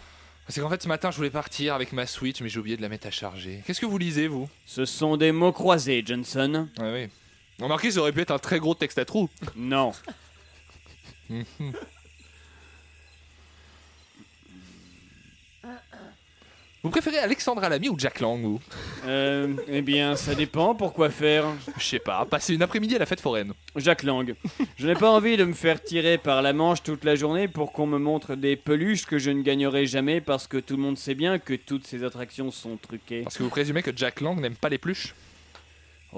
S1: Parce qu'en fait ce matin je voulais partir avec ma Switch mais j'ai oublié de la mettre à charger. Qu'est-ce que vous lisez vous
S11: Ce sont des mots croisés, Johnson.
S1: Ah oui. Remarquez, ça aurait pu être un très gros texte à trous.
S11: Non.
S1: Vous préférez Alexandra Lamy ou Jack Lang vous
S11: Euh, eh bien, ça dépend. Pourquoi faire
S1: Je sais pas, passer une après-midi à la fête foraine.
S11: Jacques Lang. Je n'ai pas envie de me faire tirer par la manche toute la journée pour qu'on me montre des peluches que je ne gagnerai jamais parce que tout le monde sait bien que toutes ces attractions sont truquées.
S1: Parce que vous présumez que Jack Lang n'aime pas les pluches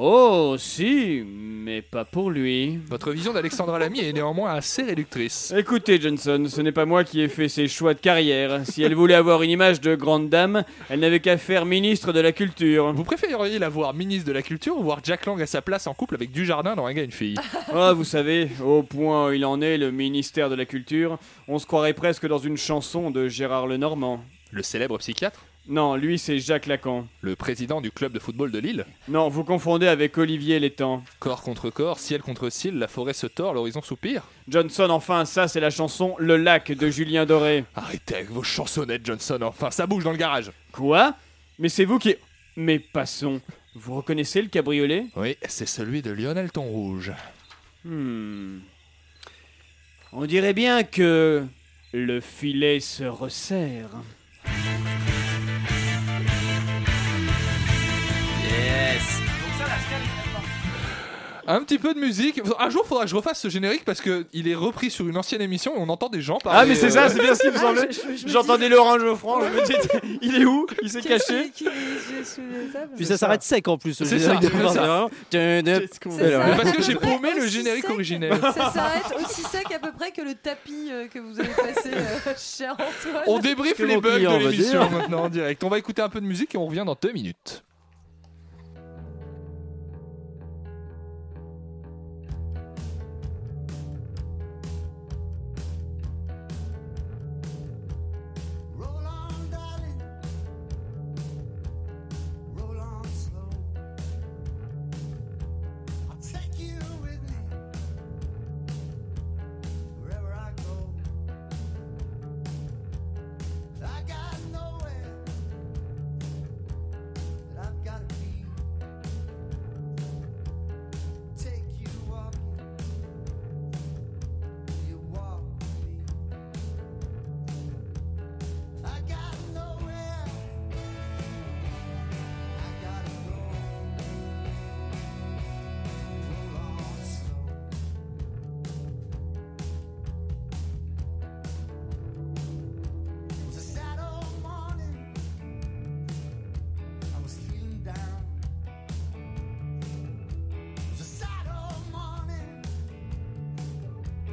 S11: Oh, si, mais pas pour lui.
S1: Votre vision d'Alexandra Lamy est néanmoins assez réductrice.
S11: Écoutez, Johnson, ce n'est pas moi qui ai fait ses choix de carrière. Si elle voulait avoir une image de grande dame, elle n'avait qu'à faire ministre de la Culture.
S1: Vous préféreriez la voir ministre de la Culture ou voir Jack Lang à sa place en couple avec Dujardin dans Un gars et une fille
S11: Ah, vous savez, au point où il en est, le ministère de la Culture, on se croirait presque dans une chanson de Gérard Lenormand.
S1: Le célèbre psychiatre
S11: Non, lui, c'est Jacques Lacan.
S1: Le président du club de football de Lille
S11: Non, vous confondez avec Olivier Létang.
S1: Corps contre corps, ciel contre ciel, la forêt se tord, l'horizon soupire
S11: Johnson, enfin, ça, c'est la chanson Le Lac de Julien Doré.
S1: Arrêtez avec vos chansonnettes, Johnson, enfin, ça bouge dans le garage
S11: Quoi Mais c'est vous qui. Mais passons. Vous reconnaissez le cabriolet
S1: Oui, c'est celui de Lionel Tonrouge.
S11: Hmm. On dirait bien que. Le filet se resserre.
S1: Yes un petit peu de musique. Un jour, faudra que je refasse ce générique parce que il est repris sur une ancienne émission et on entend des gens parler.
S11: Ah, mais c'est ça,
S1: euh,
S11: c'est bien ce qui me
S9: Ah,
S11: semblait.
S9: je- je- je me
S11: J'entendais
S9: disais-
S11: Laurent Geoffran, je me dis, il est où Il s'est
S9: Qu'est-ce
S11: caché.
S9: qui- qui est sous la table
S6: Puis ça s'arrête sec en plus. le
S1: C'est
S6: générique
S1: ça,
S6: de
S1: c'est
S6: fin.
S1: ça.
S6: Tiens, tiens.
S9: C'est ça.
S1: Mais parce que j'ai paumé le
S9: Aussi
S1: générique
S9: sec.
S1: originel.
S9: Ça s'arrête aussi sec à peu près que le tapis euh, que vous avez passé, euh, cher Antoine.
S1: On débriefe
S6: que
S1: les
S6: mon
S1: bugs
S6: client
S1: de
S6: veut
S1: l'émission
S6: dire.
S1: maintenant en direct. On va écouter un peu de musique et on revient dans deux minutes.
S13: Roll on, darling. Roll on slow. I'll take you with me wherever I go. I got nowhere that I've got to be. Take you walking. Will you walk with me? I got nowhere. I gotta go. Roll on slow. It was a sad old morning. I was feeling down. It was a sad old morning.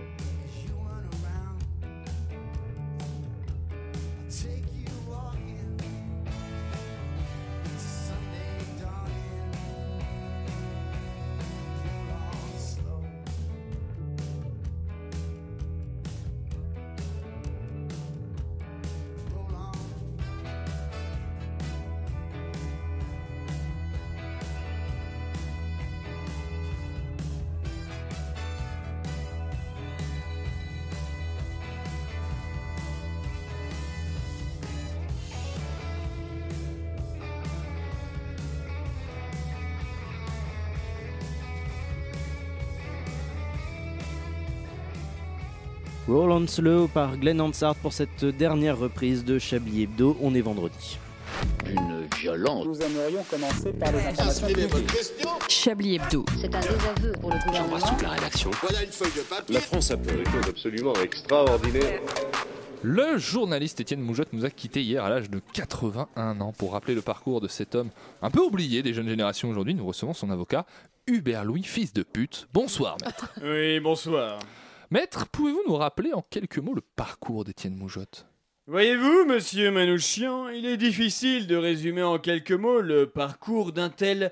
S13: 'Cause you weren't around. Take you walking to Sunday dawning. You're all slow. Roll on.
S6: Roll on Slow par Glenn Hansard pour cette dernière reprise de Chablis Hebdo. On est vendredi.
S3: Une violence.
S12: Nous aimerions commencer par les informations publiques.
S14: Chablis Hebdo.
S12: C'est un désaveu pour le gouvernement.
S3: la rédaction.
S15: Voilà une feuille de papier.
S3: France a fait des choses absolument extraordinaires.
S1: Le journaliste Étienne Moujotte nous a quittés hier à l'âge de 81 ans. Pour rappeler le parcours de cet homme un peu oublié des jeunes générations aujourd'hui, nous recevons son avocat, Hubert Louis, fils de pute. Bonsoir, maître.
S8: Oui, bonsoir.
S1: Maître, pouvez-vous nous rappeler en quelques mots le parcours d'Étienne Moujotte
S8: Voyez-vous, monsieur Manouchian, il est difficile de résumer en quelques mots le parcours d'un tel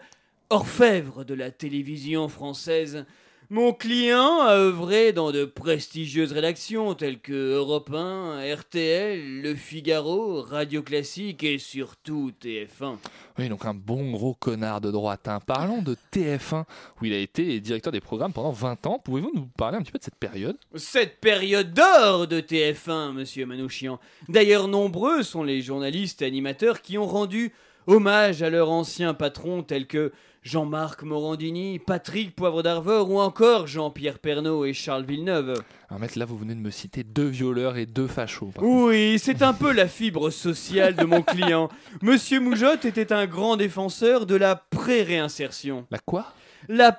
S8: orfèvre de la télévision française. Mon client a œuvré dans de prestigieuses rédactions telles que Europe 1, RTL, Le Figaro, Radio Classique et surtout TF1.
S1: Oui, donc un bon gros connard de droite. hein. Parlons de TF1, où il a été directeur des programmes pendant 20 ans. Pouvez-vous nous parler un petit peu de cette période
S8: Cette période d'or de TF1, monsieur Manouchian. D'ailleurs, nombreux sont les journalistes et animateurs qui ont rendu hommage à leurs anciens patrons tels que Jean-Marc Morandini, Patrick Poivre d'Arvor ou encore Jean-Pierre Pernaud et Charles Villeneuve.
S1: Alors, maître, là, vous venez de me citer deux violeurs et deux fachos. par contre.
S8: Oui, c'est un peu la fibre sociale de mon client. Monsieur Moujotte était un grand défenseur de la pré-réinsertion.
S1: La quoi
S8: La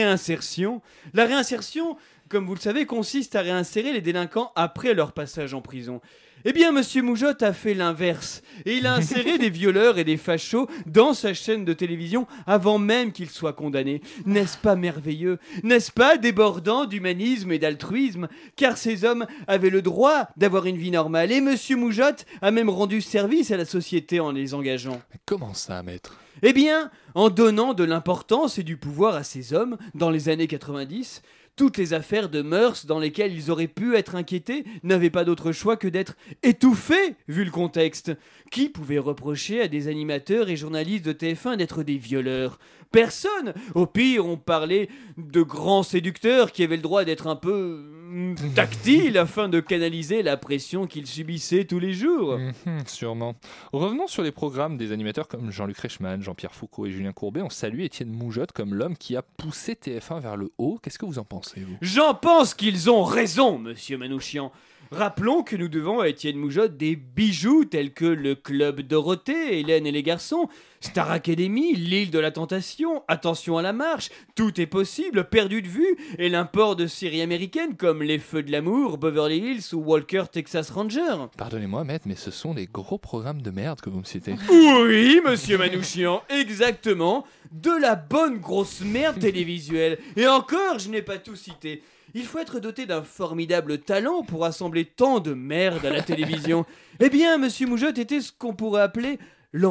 S8: pré-réinsertion. La réinsertion, comme vous le savez, consiste à réinsérer les délinquants après leur passage en prison. Eh bien, Monsieur Moujotte a fait l'inverse. Et il a inséré des violeurs et des fachos dans sa chaîne de télévision avant même qu'ils soient condamnés. N'est-ce pas merveilleux N'est-ce pas débordant d'humanisme et d'altruisme Car ces hommes avaient le droit d'avoir une vie normale. Et Monsieur Moujotte a même rendu service à la société en les engageant.
S1: Comment ça, maître
S8: Eh bien, en donnant de l'importance et du pouvoir à ces hommes dans les années 90, toutes les affaires de mœurs dans lesquelles ils auraient pu être inquiétés n'avaient pas d'autre choix que d'être étouffés, vu le contexte. Qui pouvait reprocher à des animateurs et journalistes de TF1 d'être des violeurs Personne Au pire, on parlait de grands séducteurs qui avaient le droit d'être un peu hum, tactiles afin de canaliser la pression qu'ils subissaient tous les jours.
S1: Mhm, sûrement. Revenons sur les programmes des animateurs comme Jean-Luc Reichmann, Jean-Pierre Foucault et Julien Courbet. On salue Étienne Moujotte comme l'homme qui a poussé TF1 vers le haut. Qu'est-ce que vous en pensez, vous
S8: J'en pense qu'ils ont raison, monsieur Manouchian. Rappelons que nous devons à Étienne Moujotte des bijoux tels que le Club Dorothée, Hélène et les garçons, Star Academy, L'île de la Tentation, Attention à la marche, Tout est possible, Perdu de vue, et l'import de séries américaines comme Les Feux de l'amour, Beverly Hills ou Walker Texas Ranger.
S1: Pardonnez-moi, maître, mais ce sont des gros programmes de merde que vous me citez.
S8: Oui, monsieur Manouchian, exactement. De la bonne grosse merde télévisuelle. Et encore, je n'ai pas tout cité. Il faut être doté d'un formidable talent pour assembler tant de merde à la télévision. Eh bien, monsieur Moujotte était ce qu'on pourrait appeler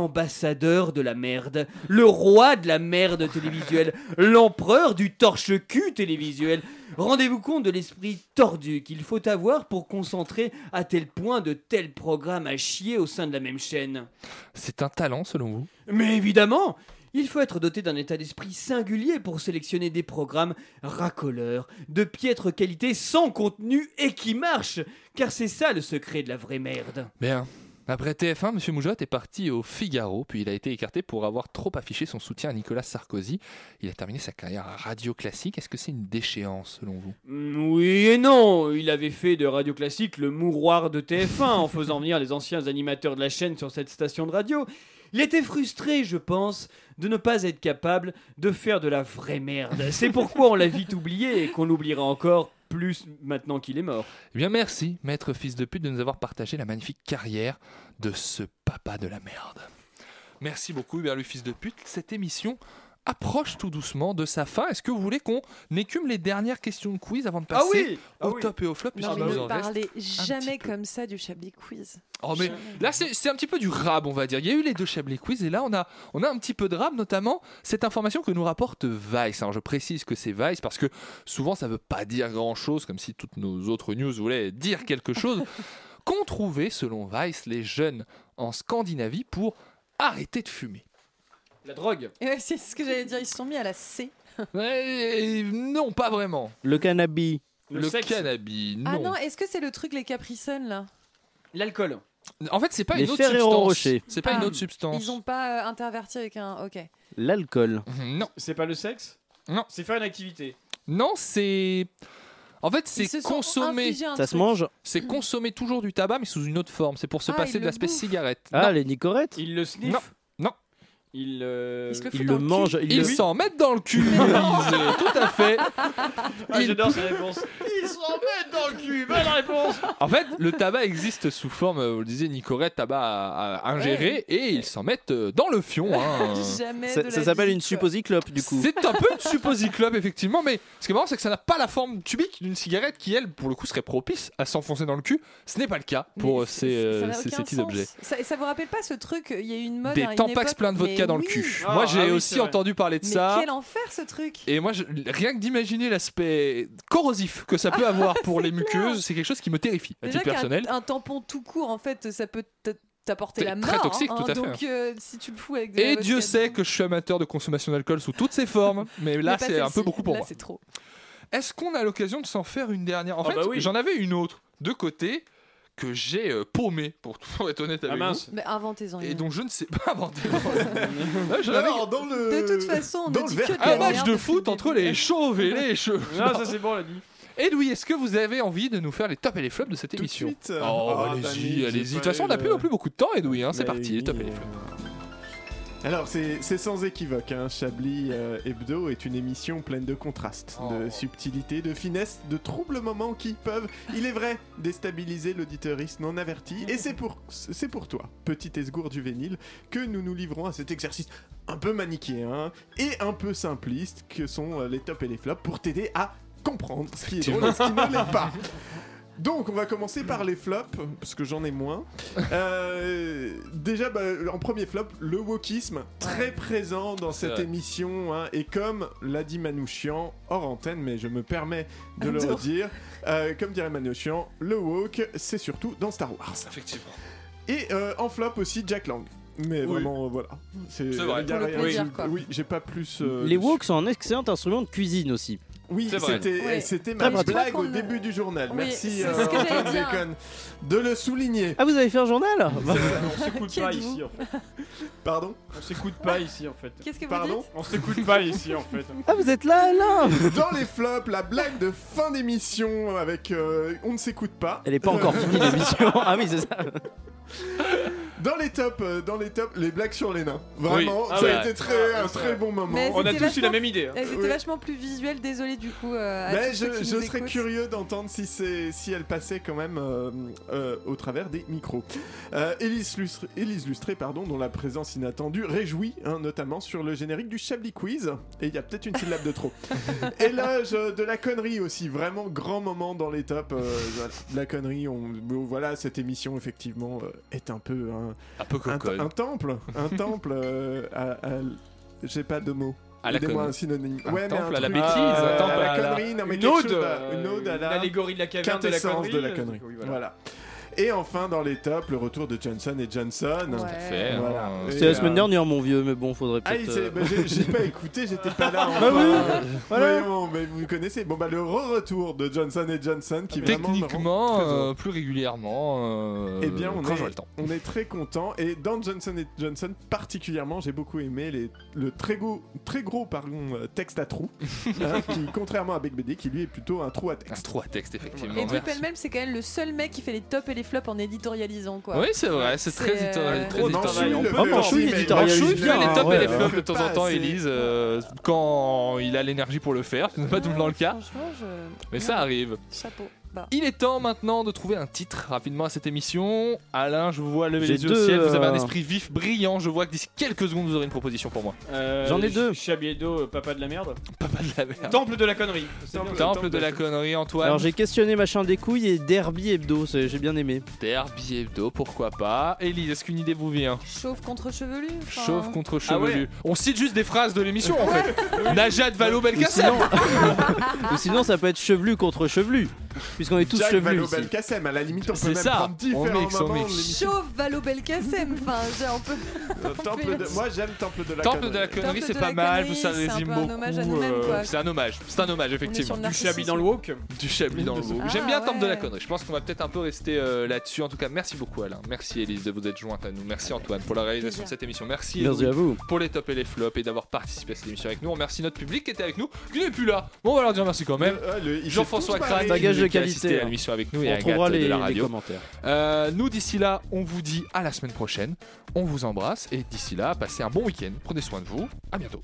S8: l'ambassadeur de la merde, le roi de la merde télévisuelle, l'empereur du torche-cul télévisuel. Rendez-vous compte de l'esprit tordu qu'il faut avoir pour concentrer à tel point de tels programmes à chier au sein de la même chaîne.
S1: C'est un talent, selon vous
S8: Mais évidemment il faut être doté d'un état d'esprit singulier pour sélectionner des programmes racoleurs, de piètre qualité, sans contenu et qui marchent, car c'est ça le secret de la vraie merde.
S1: Bien. Après TF1, M. Moujotte est parti au Figaro, puis il a été écarté pour avoir trop affiché son soutien à Nicolas Sarkozy. Il a terminé sa carrière à Radio Classique. Est-ce que c'est une déchéance, selon vous
S8: Mm, Oui et non, il avait fait de Radio Classique le mouroir de TF1 en faisant venir les anciens animateurs de la chaîne sur cette station de radio. Il était frustré, je pense, de ne pas être capable de faire de la vraie merde. C'est pourquoi on l'a vite oublié et qu'on l'oubliera encore plus maintenant qu'il est mort.
S1: Eh bien, merci, maître fils de pute, de nous avoir partagé la magnifique carrière de ce papa de la merde. Merci beaucoup, Hubert le fils de pute. Cette émission approche tout doucement de sa fin. Est-ce que vous voulez qu'on écume les dernières questions de quiz avant de
S9: Ah
S8: Ah
S1: passer au top et au flop
S9: Non,
S1: puisqu'il
S9: mais
S1: nous
S9: ne
S1: Ah bah, en reste
S9: parlez
S1: un
S9: jamais
S1: petit peu.
S9: comme ça du Chablis Quiz.
S1: Oh mais là c'est c'est un petit peu du rab on va dire. Il y a eu les deux Chablis Quiz et là on a on a un petit peu de rab notamment cette information que nous rapporte Vice. Alors je précise que c'est Vice parce que souvent ça veut pas dire grand chose comme si toutes nos autres news voulaient dire quelque chose. Qu'ont trouvé selon Vice les jeunes en Scandinavie pour arrêter de fumer
S8: La drogue.
S9: Et ouais, c'est ce que j'allais dire, ils se sont mis à la C.
S1: Ouais, Non pas vraiment.
S6: Le cannabis.
S1: Le,
S8: sexe.
S1: cannabis non.
S9: Ah non, est-ce que c'est le truc les Capricornes là
S8: L'alcool.
S1: En fait c'est pas
S6: Les
S1: une autre
S6: Ferrero
S1: substance.
S6: Rocher.
S1: C'est pas
S9: Ah.
S1: une autre substance.
S9: Ils ont pas euh, interverti avec un. Ok.
S6: L'alcool.
S1: Non
S8: C'est pas le sexe
S1: Non.
S8: C'est faire une activité.
S1: non c'est en fait, c'est
S9: Ils se sont
S1: consommer.
S9: infligé un
S6: Ça se
S9: truc.
S6: mange
S1: C'est consommer toujours du tabac, mais sous une autre forme. C'est pour se
S9: Ah,
S1: passer
S9: il
S1: de
S9: le
S1: l'aspect
S9: bouffe.
S1: cigarette.
S6: Ah,
S1: non,
S6: les nicorettes
S8: Il le sniffe
S1: non,
S8: Il, euh,
S6: le fout Il dans le le cul. mange, il
S1: Ils
S6: le-
S1: s'en mettent dans le cul. Ils, euh, tout à fait.
S8: Ah, J'adore cette réponse. Ils s'en mettent dans le cul. Bonne réponse.
S1: En fait, le tabac existe sous forme, euh, vous le disiez, Nicorette, tabac à, à ingérer, et ils s'en mettent euh, dans le fion. hein.
S9: Jamais
S6: Ça, ça s'appelle une supposiclope du coup.
S1: C'est un peu une supposiclope, effectivement, mais ce qui est marrant, c'est que ça n'a pas la forme tubique d'une cigarette qui, elle, pour le coup, serait propice à s'enfoncer dans le cul. Ce n'est pas le cas pour ces, euh,
S9: Ça n'a
S1: ces- ces
S9: aucun
S1: petits
S9: sens.
S1: objets.
S9: Ça, ça vous rappelle pas ce truc Il y a eu une mode.
S1: Des
S9: à une
S1: tampax
S9: époque,
S1: plein de vodka
S9: mais
S1: dans le
S9: oui. Ah
S1: cul. Moi, j'ai aussi entendu parler de
S9: Mais
S1: ça.
S9: quel enfer ce truc
S1: Et moi, je- rien que d'imaginer l'aspect corrosif que ça peut avoir pour les muqueuses, c'est quelque chose qui me terrifie à
S9: Déjà
S1: titre
S9: qu'un
S1: personnel.
S9: un tampon tout court, en fait, ça peut t- t'apporter
S1: C'est
S9: la mort.
S1: très toxique,
S9: hein,
S1: tout à fait.
S9: Donc, euh, si tu le fous avec de la
S1: Et
S9: vodka
S1: Dieu sait que je suis amateur de consommation d'alcool sous toutes ses formes, mais là
S9: Mais pas
S1: c'est un peu
S9: celle-ci.
S1: beaucoup pour
S9: Là,
S1: moi.
S9: c'est trop.
S1: Est-ce qu'on a l'occasion de s'en faire une dernière En
S8: Ah
S1: fait,
S8: bah oui.
S1: j'en avais une autre de côté que j'ai euh, paumée, pour tout être honnête avec
S8: Ah mince.
S1: vous.
S9: Mais inventez-en.
S1: Et
S9: une.
S1: donc je ne sais pas inventer. Ouais, j'en avais-
S7: Alors, dans le...
S9: De
S1: euh,
S9: toute façon, on
S7: dans
S9: ne
S7: le
S9: dit que
S7: verre.
S9: de
S1: un
S9: la
S1: match
S9: merde
S1: de
S9: depuis
S1: foot
S9: le
S1: entre
S9: début.
S1: les chauves et les cheveux.
S8: Non, ça c'est bon, on l'a dit.
S1: Edoui, est-ce que vous avez envie de nous faire les tops et les flops de cette
S7: Tout de
S1: émission
S7: suite.
S1: Oh,
S7: Ah, t'as mis,
S1: allez-y,
S7: j'ai
S1: allez-y. De toute
S7: pas
S1: façon,
S7: eu
S1: on n'a
S7: le-
S1: plus non plus beaucoup de temps, Edoui. Hein, c'est
S7: Mais
S1: parti, les
S7: oui,
S1: tops et les
S7: euh,
S1: flops.
S7: Alors, c'est c'est sans équivoque. Hein. Chablis euh, Hebdo est une émission pleine de contrastes, de subtilité, de finesse, de troubles moments qui peuvent, il est vrai, déstabiliser l'auditoriste non averti. Et c'est pour, c'est pour toi, petit esgour du Vénil, que nous nous livrons à cet exercice un peu hein. manichéen et un peu simpliste que sont euh, les tops et les flops pour t'aider à comprendre ce qui est drôle et ce qui ne l'est pas. Donc, on va commencer par les flops, parce que j'en ai moins. Euh, déjà, bah, en premier flop, le wokisme, très présent dans cette
S1: vrai.
S7: émission. hein, et comme l'a dit Manouchian, hors antenne, mais je me permets de le
S9: Attends.
S7: redire, euh, comme dirait Manouchian, le wok, c'est surtout dans Star Wars.
S1: Effectivement.
S7: Et euh, en flop aussi, Jack Lang. Mais
S1: Oui.
S7: vraiment, euh, voilà.
S1: C'est vrai.
S7: il y a
S9: Pour le
S7: rien-
S9: plaisir,
S7: oui,
S9: quoi.
S7: oui, j'ai pas plus. euh,
S6: Les woks sont un excellent instrument de cuisine aussi.
S7: oui,
S1: C'est vrai.
S7: c'était
S9: Ouais.
S7: c'était
S6: Très
S7: ma
S6: pratique.
S7: blague
S9: Je
S7: au
S9: crois qu'on
S7: début du journal.
S9: Oui,
S7: Merci
S9: c'est
S7: euh,
S9: ce que j'allais
S7: Antoine
S9: dire.
S7: Bacon de le souligner.
S6: Ah, vous avez fait un journal
S8: On s'écoute
S9: Qui
S8: pas
S9: êtes-vous
S8: ici en fait.
S7: Pardon
S8: On s'écoute pas ici en fait.
S9: Qu'est-ce que vous
S7: Pardon
S9: dites
S8: On s'écoute pas ici en fait.
S6: Ah, vous êtes là, là
S7: Dans les flops, la blague de fin d'émission avec euh, On ne s'écoute pas.
S6: Elle est pas encore finie l'émission. Ah oui, c'est ça.
S7: Dans les tops, euh, dans les tops, les blagues sur les nains. Vraiment,
S8: Oui. Ah
S7: ça
S8: ouais.
S7: a été très,
S8: Ah,
S7: un
S8: c'est
S7: très
S8: vrai.
S7: bon moment.
S9: Mais
S8: On a
S9: C'était
S8: tous eu la
S9: vachement-
S8: même idée. hein.
S9: Elles étaient
S7: Oui.
S9: vachement plus visuelles, désolé du coup. euh, à
S7: Mais
S9: tous
S7: je,
S9: ceux qui
S7: je
S9: nous
S7: serais
S9: écoutent.
S7: curieux d'entendre si, c'est- si elle passait quand même euh, euh, au travers des micros. Euh, Élise Lustré, Élise Lustré, pardon, dont la présence inattendue réjouit, hein, notamment sur le générique du Chablis Quiz. Et il y a peut-être une syllabe de trop. Éloge euh, de la connerie aussi, vraiment grand moment dans les tops. euh, voilà. La connerie, on, bon, voilà, cette émission effectivement euh, est un peu un,
S1: Un peu
S7: un-
S1: cocotte.
S7: un temple. Un temple euh, à- à- J'ai pas de mots.
S1: À Ah, la
S7: Donnez-moi
S1: conne.
S7: un synonyme.
S1: Un
S7: Ouais, mais
S1: temple à la
S7: truc-
S1: bêtise,
S7: Ah,
S1: un temple
S7: à la
S1: à la-
S7: connerie, non, mais
S8: une
S7: quelque
S8: ode,
S7: chose à-
S8: euh,
S7: une ode à la
S8: l'allégorie de la caverne, de la
S7: quintessence
S8: connerie.
S7: de la connerie.
S8: Oui, voilà.
S7: Voilà. Et enfin, dans les tops, le retour de Johnson et Johnson.
S9: Ouais.
S1: Fait,
S7: Voilà.
S1: hein.
S7: Et,
S6: C'était la semaine
S7: euh,
S6: dernière, mon vieux, mais bon, faudrait
S7: Ah, il
S6: peut-être.
S7: s'est-
S6: euh,
S7: bah, j'ai- j'ai pas écouté, j'étais pas là.
S6: Bah oui,
S7: enfin.
S6: voilà.
S7: Voyons, mais vous connaissez. Bon, bah, le re-retour de Johnson et Johnson qui vraiment me rend
S1: Techniquement,
S7: très heureux.
S1: euh, plus régulièrement. euh,
S7: Eh bien, on
S1: quand
S7: est-
S1: j'aurai le temps.
S7: On est très content et dans Johnson et Johnson particulièrement, j'ai beaucoup aimé les- le très gros, très gros pardon, euh, texte à trous, hein, qui contrairement à Big BD, qui lui est plutôt un trou à
S1: Un
S7: texte.
S1: trou à texte, effectivement.
S9: Et Drew Pellmel, c'est quand même le seul mec qui fait les tops et les flops en éditorialisant quoi.
S1: Oui, c'est vrai, c'est
S9: C'est,
S1: très
S9: euh,
S1: éditorial.
S9: Trop
S1: Très
S7: Manchouille
S1: éditorial.
S7: le
S8: peut-
S7: fait
S8: Oh,
S6: Manchouille,
S7: aussi,
S6: il
S7: mais-
S6: éditorialise
S1: Manchouille fait
S6: bien,
S1: les
S6: hein,
S1: tops
S6: ouais,
S1: et les
S6: ouais.
S1: flops de temps
S7: Pas
S1: en temps,
S7: assez.
S1: Elise, euh, quand il a l'énergie pour le faire, ce n'est pas tout le temps le cas,
S9: Franchement, je.
S1: mais ça arrive.
S9: Chapeau. Bah.
S1: Il est temps maintenant de trouver un titre rapidement à cette émission. Alain, je vous vois lever
S6: J'ai
S1: les yeux au
S6: deux,
S1: ciel, vous avez un
S6: euh,
S1: esprit vif, brillant, je vois que d'ici quelques secondes vous aurez une proposition pour moi.
S8: Euh,
S6: J'en ai deux.
S8: Ch- Chablis Hebdo, euh, papa de la merde.
S1: Papa de la merde.
S8: Temple de la connerie. C'est bien.
S1: Ah. Temple de la connerie, Antoine.
S6: Alors j'ai questionné machin des couilles et Derby Hebdo, c'est- j'ai bien aimé.
S1: Derby hebdo, pourquoi pas. Elise, est-ce qu'une idée vous vient
S9: Chauve contre chevelu. enfin,
S1: Chauve contre
S8: Ah ouais.
S1: chevelu. On cite juste des phrases de l'émission en fait. Najat Valo Belkacem.
S6: Ou sinon ça peut être chevelu contre chevelu, puisqu'on est tous
S7: Jack
S6: chevelus
S7: Valo
S6: ici.
S7: Belkacem, à la limite, on peut
S1: C'est
S7: même
S1: ça,
S7: prendre différents
S1: on mixe, on
S7: moments de
S1: mixe.
S7: l'émission.
S9: Chauve Valo Belkacem. Enfin, j'ai un peu.
S7: Euh, Temple de- Moi, j'aime Temple de la
S1: Temple de la
S7: connerie.
S1: connerie,
S9: Temple
S1: c'est
S9: de
S1: pas
S9: la
S1: mal,
S9: connerie,
S1: ça
S9: c'est un
S1: résume
S9: peu un hommage à
S1: beaucoup.
S9: nous-mêmes,
S1: euh,
S9: quoi.
S1: C'est un hommage, c'est un hommage,
S9: sur
S1: effectivement.
S9: le
S8: Du Chablis
S9: narcissisme.
S8: dans le wok.
S1: Du Chablis dans le veau. J'aime
S9: Ah,
S1: bien Temple de la
S9: ouais.
S1: connerie. Je pense qu'on va peut-être un peu rester euh, là-dessus. En tout cas, merci beaucoup, Alain. Merci, Élise, de vous être jointe à nous. Merci, Antoine, pour la réalisation de cette émission. Merci,
S6: Merci
S1: Louis,
S6: à vous.
S1: pour les tops et les flops et d'avoir participé à cette émission avec nous. On remercie notre public qui était avec nous, qui n'est plus là. Bon, on va leur dire merci quand même.
S7: Euh, euh, le- il s'est
S1: Jean-François
S7: tous barré.
S1: Kratz,
S6: T'as gagé
S1: celui
S6: de
S1: qui a
S6: qualité,
S1: assisté à
S6: hein.
S1: l'émission avec nous et
S6: On
S1: à
S6: trouvera
S1: Agathe
S6: les-
S1: de la
S6: les
S1: radio.
S6: commentaires.
S1: Euh, nous, d'ici là, on vous dit à la semaine prochaine. On vous embrasse et d'ici là, passez un bon week-end. Prenez soin de vous. À bientôt.